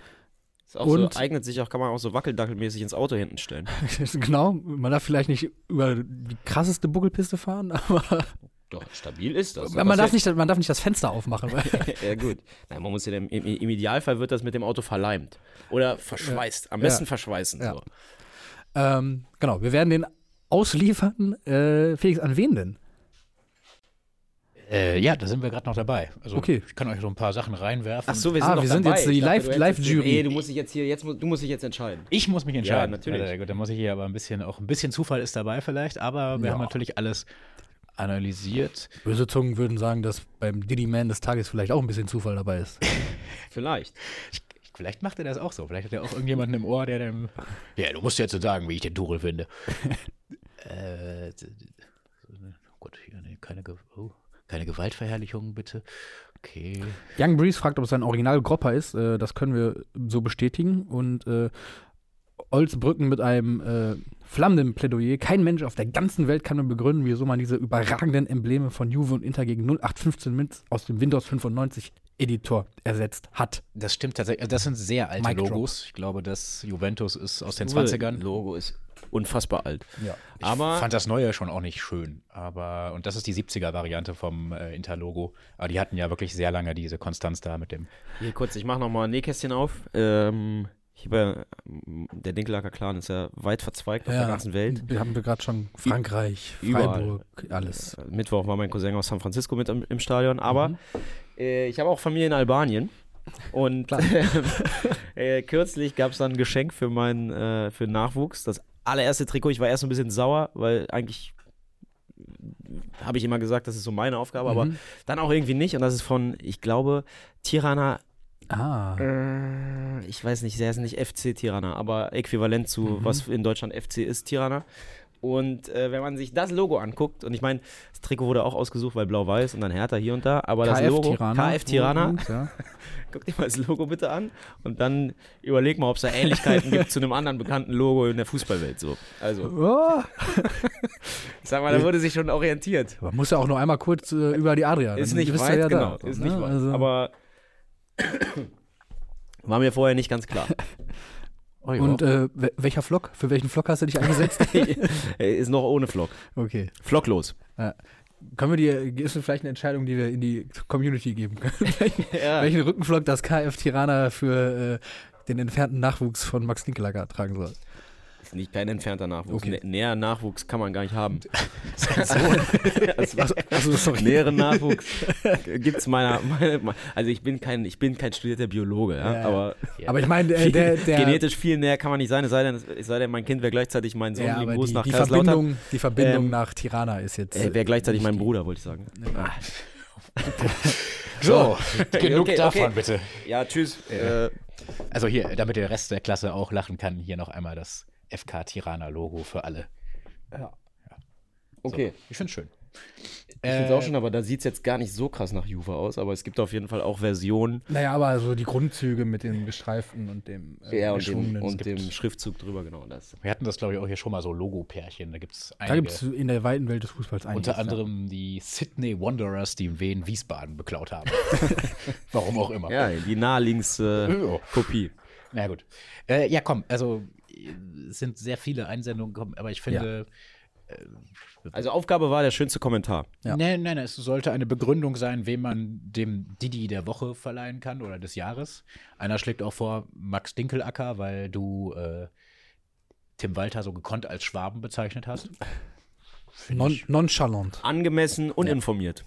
S2: Ist auch
S1: Und-
S2: so, eignet sich auch, kann man auch so wackeldackelmäßig ins Auto hinten stellen.
S1: genau, man darf vielleicht nicht über die krasseste Buckelpiste fahren, aber
S2: Doch, stabil ist das.
S1: man, darf
S2: Was-
S1: nicht, man darf nicht das Fenster aufmachen. Weil
S2: ja, gut. Nein, man muss ja dem, im, im Idealfall wird das mit dem Auto verleimt. Oder verschweißt. Am besten
S1: Ja.
S2: verschweißen.
S1: Ja.
S2: So.
S1: Ähm, genau, wir werden den ausliefern. Äh, Felix, an wen denn?
S8: Äh, ja, da sind wir gerade noch dabei. Also
S1: Okay.
S8: ich kann euch so ein paar Sachen reinwerfen.
S2: Ach so, wir
S1: Ah,
S2: sind, noch
S1: wir sind
S2: dabei.
S1: jetzt die
S2: Ich dachte,
S1: Live-
S2: du hättest
S1: Live-Jury.
S2: jetzt- Nee, du musst dich jetzt hier, jetzt, mu- du musst dich jetzt entscheiden.
S8: Ich muss mich entscheiden.
S2: Ja, natürlich.
S8: Äh, gut, dann muss ich hier aber ein bisschen, auch ein bisschen Zufall ist dabei vielleicht, aber wir haben natürlich alles analysiert.
S1: Böse Zungen würden sagen, dass beim Diddy Man des Tages vielleicht auch ein bisschen Zufall dabei ist.
S2: Vielleicht.
S8: Vielleicht macht er das auch so. Vielleicht hat er auch irgendjemanden im Ohr, der dem. Ja, du musst jetzt so sagen, wie ich den Tuchel finde. äh, d- d- oh Gott, hier, nee, keine, Ge oh, keine Gewaltverherrlichung, bitte. Okay.
S1: Young Breeze fragt, ob es ein Original Gropper ist. Äh, das können wir so bestätigen. Und äh, Olsbrücken mit einem äh, flammenden Plädoyer. Kein Mensch auf der ganzen Welt kann mir begründen, wieso man diese überragenden Embleme von Juve und Inter gegen 0815 Minz aus dem Windows 95 Editor ersetzt hat.
S8: Das stimmt tatsächlich. Also das sind sehr alte
S1: Mic drop.
S8: Logos. Ich glaube, das Juventus ist aus den 20ern.
S2: Logo ist unfassbar alt.
S1: Ja.
S8: Ich
S2: Aber-
S8: fand das neue schon auch nicht schön. Aber, und das ist die 70er-Variante vom äh, Interlogo. Aber die hatten ja wirklich sehr lange diese Konstanz da mit dem.
S2: Hier kurz, ich mache nochmal ein Nähkästchen auf. Ähm, hier bei, ähm, der Dinkelacker Clan ist ja weit verzweigt auf der ganzen Welt.
S1: Wir haben wir gerade schon Frankreich,
S2: Überall.
S1: Freiburg, alles.
S2: Mittwoch war mein Cousin aus San Francisco mit im, im Stadion, aber äh, ich habe auch Familie in Albanien. Und äh, kürzlich gab es dann ein Geschenk für meinen äh, für den Nachwuchs. Das allererste Trikot, ich war erst so ein bisschen sauer, weil eigentlich habe ich immer gesagt, das ist so meine Aufgabe, aber
S1: Mhm.
S2: dann auch irgendwie nicht. Und das ist von, ich glaube, Tirana,
S1: Ah.
S2: äh, ich weiß nicht, der ist nicht FC Tirana, aber äquivalent zu,
S1: Mhm.
S2: was in Deutschland FC ist, Tirana. Und äh, wenn man sich das Logo anguckt, und ich meine, das Trikot wurde auch ausgesucht, weil blau-weiß und dann Hertha hier und da, aber das Logo, KF Tirana,
S1: Ja.
S2: guck dir mal das Logo bitte an und dann überleg mal, ob es da Ähnlichkeiten gibt zu einem anderen bekannten Logo in der Fußballwelt. So. Also,
S1: Oh,
S2: ich sag mal, da wurde sich schon orientiert.
S1: man muss ja auch nur einmal kurz äh, über die Adria.
S2: Ist
S1: dann
S2: nicht
S1: bist du
S2: weit,
S1: ja da,
S2: genau.
S1: so,
S2: ist
S1: ne?
S2: nicht weit.
S1: Also,
S2: Aber war mir vorher nicht ganz klar.
S1: und äh, wel- welcher Flock? Für welchen Flock hast du dich eingesetzt?
S2: ist noch ohne Flock.
S1: okay.
S2: Flocklos.
S1: Können wir dir, ist vielleicht eine Entscheidung, die wir in die Community geben können? Welchen Rückenflock das KF Tirana für äh, den entfernten Nachwuchs von Max Ninkelacker tragen soll?
S2: Ist nicht kein entfernter Nachwuchs.
S1: Okay.
S2: Nä- näher Nachwuchs kann man gar nicht haben.
S1: Also, sorry.
S2: Näheren Nachwuchs gibt es meiner, meiner. Also ich bin kein, ich bin kein studierter Biologe, ja,
S1: Ja, ja.
S2: aber
S1: Aber ich meine, äh, der, der,
S2: genetisch viel näher kann man nicht sein, es sei denn, es sei denn mein Kind wäre gleichzeitig mein Sohn
S1: ja, aber
S2: groß
S1: die,
S2: nach
S1: die
S2: Kaiserslautern.
S1: Verbindung, die Verbindung
S2: Ähm,
S1: nach Tirana ist jetzt.
S2: Äh, wäre gleichzeitig mein Bruder, wollte ich sagen.
S8: So, genug
S2: Okay,
S8: davon,
S2: okay.
S8: bitte.
S2: Ja, tschüss. Äh,
S8: Also hier, damit der Rest der Klasse auch lachen kann, hier noch einmal das FK Tirana-Logo für alle.
S2: okay.
S8: Ich finde schön.
S2: Ich finde es
S1: Äh.
S2: auch schon, aber da sieht es jetzt gar nicht so krass nach Juve aus, aber es gibt auf jeden Fall auch Versionen
S1: naja, aber so die Grundzüge mit dem Gestreiften und dem äh,
S2: ja, und, dem,
S1: Geschwungenen.
S2: und dem Schriftzug drüber, genau. Das.
S8: Wir hatten das, glaube ich, auch hier schon mal so Logo-Pärchen. Da gibt es
S1: Da gibt es
S8: einige.
S1: in der weiten Welt des Fußballs einiges. ne?
S8: Unter anderem die Sydney Wanderers, die Wien Wiesbaden beklaut haben. Warum auch immer.
S2: Ja, die naheliegendste
S8: Ja.
S2: äh, Kopie.
S8: Na gut. Äh, ja, komm, also äh, es sind sehr viele Einsendungen gekommen, aber ich finde,
S2: Also Aufgabe war der schönste Kommentar.
S8: nein, nein, nein, es sollte eine Begründung sein, wem man dem Didi der Woche verleihen kann oder des Jahres. Einer schlägt auch vor, Max Dinkelacker, weil du äh, Tim Walter so gekonnt als Schwaben bezeichnet hast.
S1: Non nonchalant.
S2: Angemessen und informiert.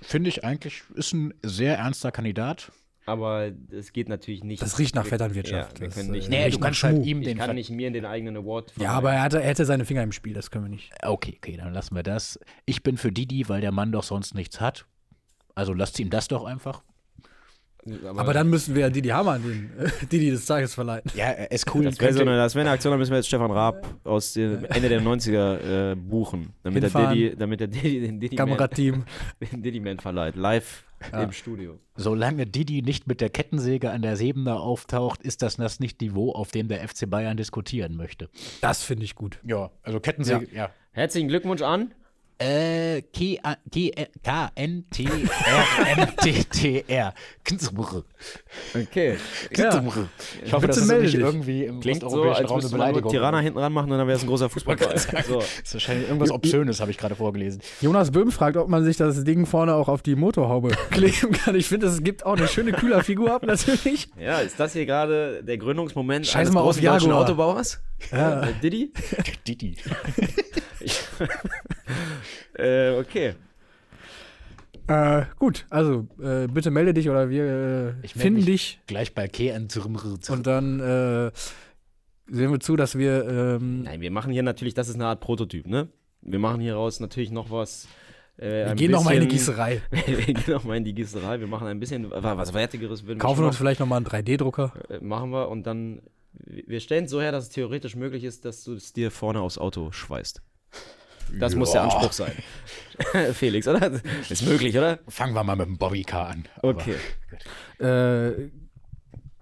S8: Finde ich eigentlich, ist ein sehr ernster Kandidat.
S2: Aber es geht natürlich nicht.
S1: Das riecht nach
S2: Ja,
S1: Vetternwirtschaft.
S2: wir
S1: Das,
S2: können
S1: äh,
S2: nicht,
S8: Nee, du
S1: Riecht nach
S8: kannst halt
S1: Schmuh.
S8: ihm den
S2: ich
S8: Ver-
S2: kann nicht mir den eigenen Award
S1: Ja,
S2: verleihen.
S1: aber er hatte, er hatte seine Finger im Spiel, das können wir nicht.
S8: Okay, okay, dann lassen wir das. Ich bin für Didi, weil der Mann doch sonst nichts hat. Also lasst ihm das doch einfach.
S1: Aber dann müssen wir Didi Hammer an den äh, Didi des Tages verleihen.
S8: Ja, er ist cool.
S2: Das wäre so eine, das wär eine Aktion, da müssen wir jetzt Stefan Raab aus dem Ende der 90er äh, buchen, damit der,
S1: Hinfahren.
S2: Diddy, damit der Diddy den Diddy Man,
S1: Kamerateam.
S2: den Diddy Man verleiht. Live im Studio.
S8: Solange Didi nicht mit der Kettensäge an der Sebener auftaucht, ist das das nicht Niveau, auf dem der FC Bayern diskutieren möchte.
S1: Das finde ich gut.
S8: Ja, also Kettensäge, ja.
S2: Herzlichen Glückwunsch an.
S8: Äh, K- A- G- Ä- K-N-T-R-M-T-T-R. Kinzbrr.
S2: Okay.
S8: Kinzbrr. Ich hoffe, das ist
S1: melde
S8: nicht
S1: dich.
S8: irgendwie im
S2: Klingt so,
S8: osteuropäischen
S2: als müsste
S8: Raum eine
S2: man nur
S8: Beleidigung.
S2: Tirana hinten ranmachen und dann wäre es ein großer Fußballball. So.
S8: Das ist wahrscheinlich irgendwas Obszönes, habe ich gerade vorgelesen.
S1: Jonas Böhm fragt, ob man sich das Ding vorne auch auf die Motorhaube kleben kann. Ich finde, es gibt auch eine schöne Kühlerfigur ab, natürlich.
S2: Ja, ist das hier gerade der Gründungsmoment
S1: Scheiß mal auf
S2: großen deutschen
S1: Jaguar.
S2: Autobauers? Ja. Didi?
S8: Didi.
S2: Äh, okay.
S1: Äh, gut, also äh, bitte melde dich oder wir äh,
S8: Ich meld
S1: finden
S8: mich.
S1: dich
S8: Gleich bei K-N-Zrmr.
S1: und dann äh, sehen wir zu, dass wir. Ähm,
S2: Nein, wir machen hier natürlich, das ist eine Art Prototyp, ne? Wir machen hieraus natürlich noch was. Äh,
S1: wir
S2: ein
S1: gehen nochmal in die
S2: bisschen-
S1: Gießerei.
S2: wir gehen nochmal in die Gießerei. Wir machen ein bisschen wa- was Wertigeres. würden wir
S1: Kaufen
S2: schon
S1: uns vielleicht nochmal einen 3D-Drucker.
S2: Äh, machen wir und dann. Wir stellen es so her, dass es theoretisch möglich ist, dass du es dir vorne aufs Auto schweißt. Das muss der Anspruch sein. Felix, oder? Ist möglich, oder?
S8: Fangen wir mal mit dem Bobbycar an. Aber-
S2: Okay.
S1: äh,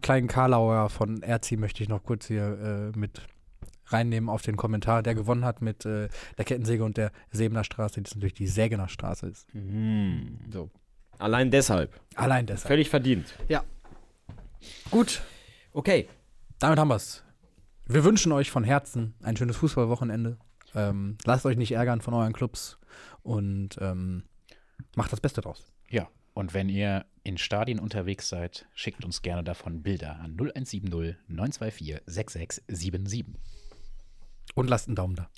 S1: kleinen Karlauer von Erzi möchte ich noch kurz hier äh, mit reinnehmen auf den Kommentar, der gewonnen hat mit äh, der Kettensäge und der Sebener Straße, die natürlich die Sägener Straße ist. So.
S2: Allein deshalb.
S1: Allein deshalb.
S2: Völlig verdient.
S1: Gut,
S2: Okay.
S1: damit haben wir's. Wir wünschen euch von Herzen ein schönes Fußballwochenende. Ähm, lasst euch nicht ärgern von euren Clubs und ähm, macht das Beste draus.
S8: Ja, und wenn ihr in Stadien unterwegs seid, schickt uns gerne davon Bilder an 0170 924 6677.
S1: Und lasst einen Daumen da.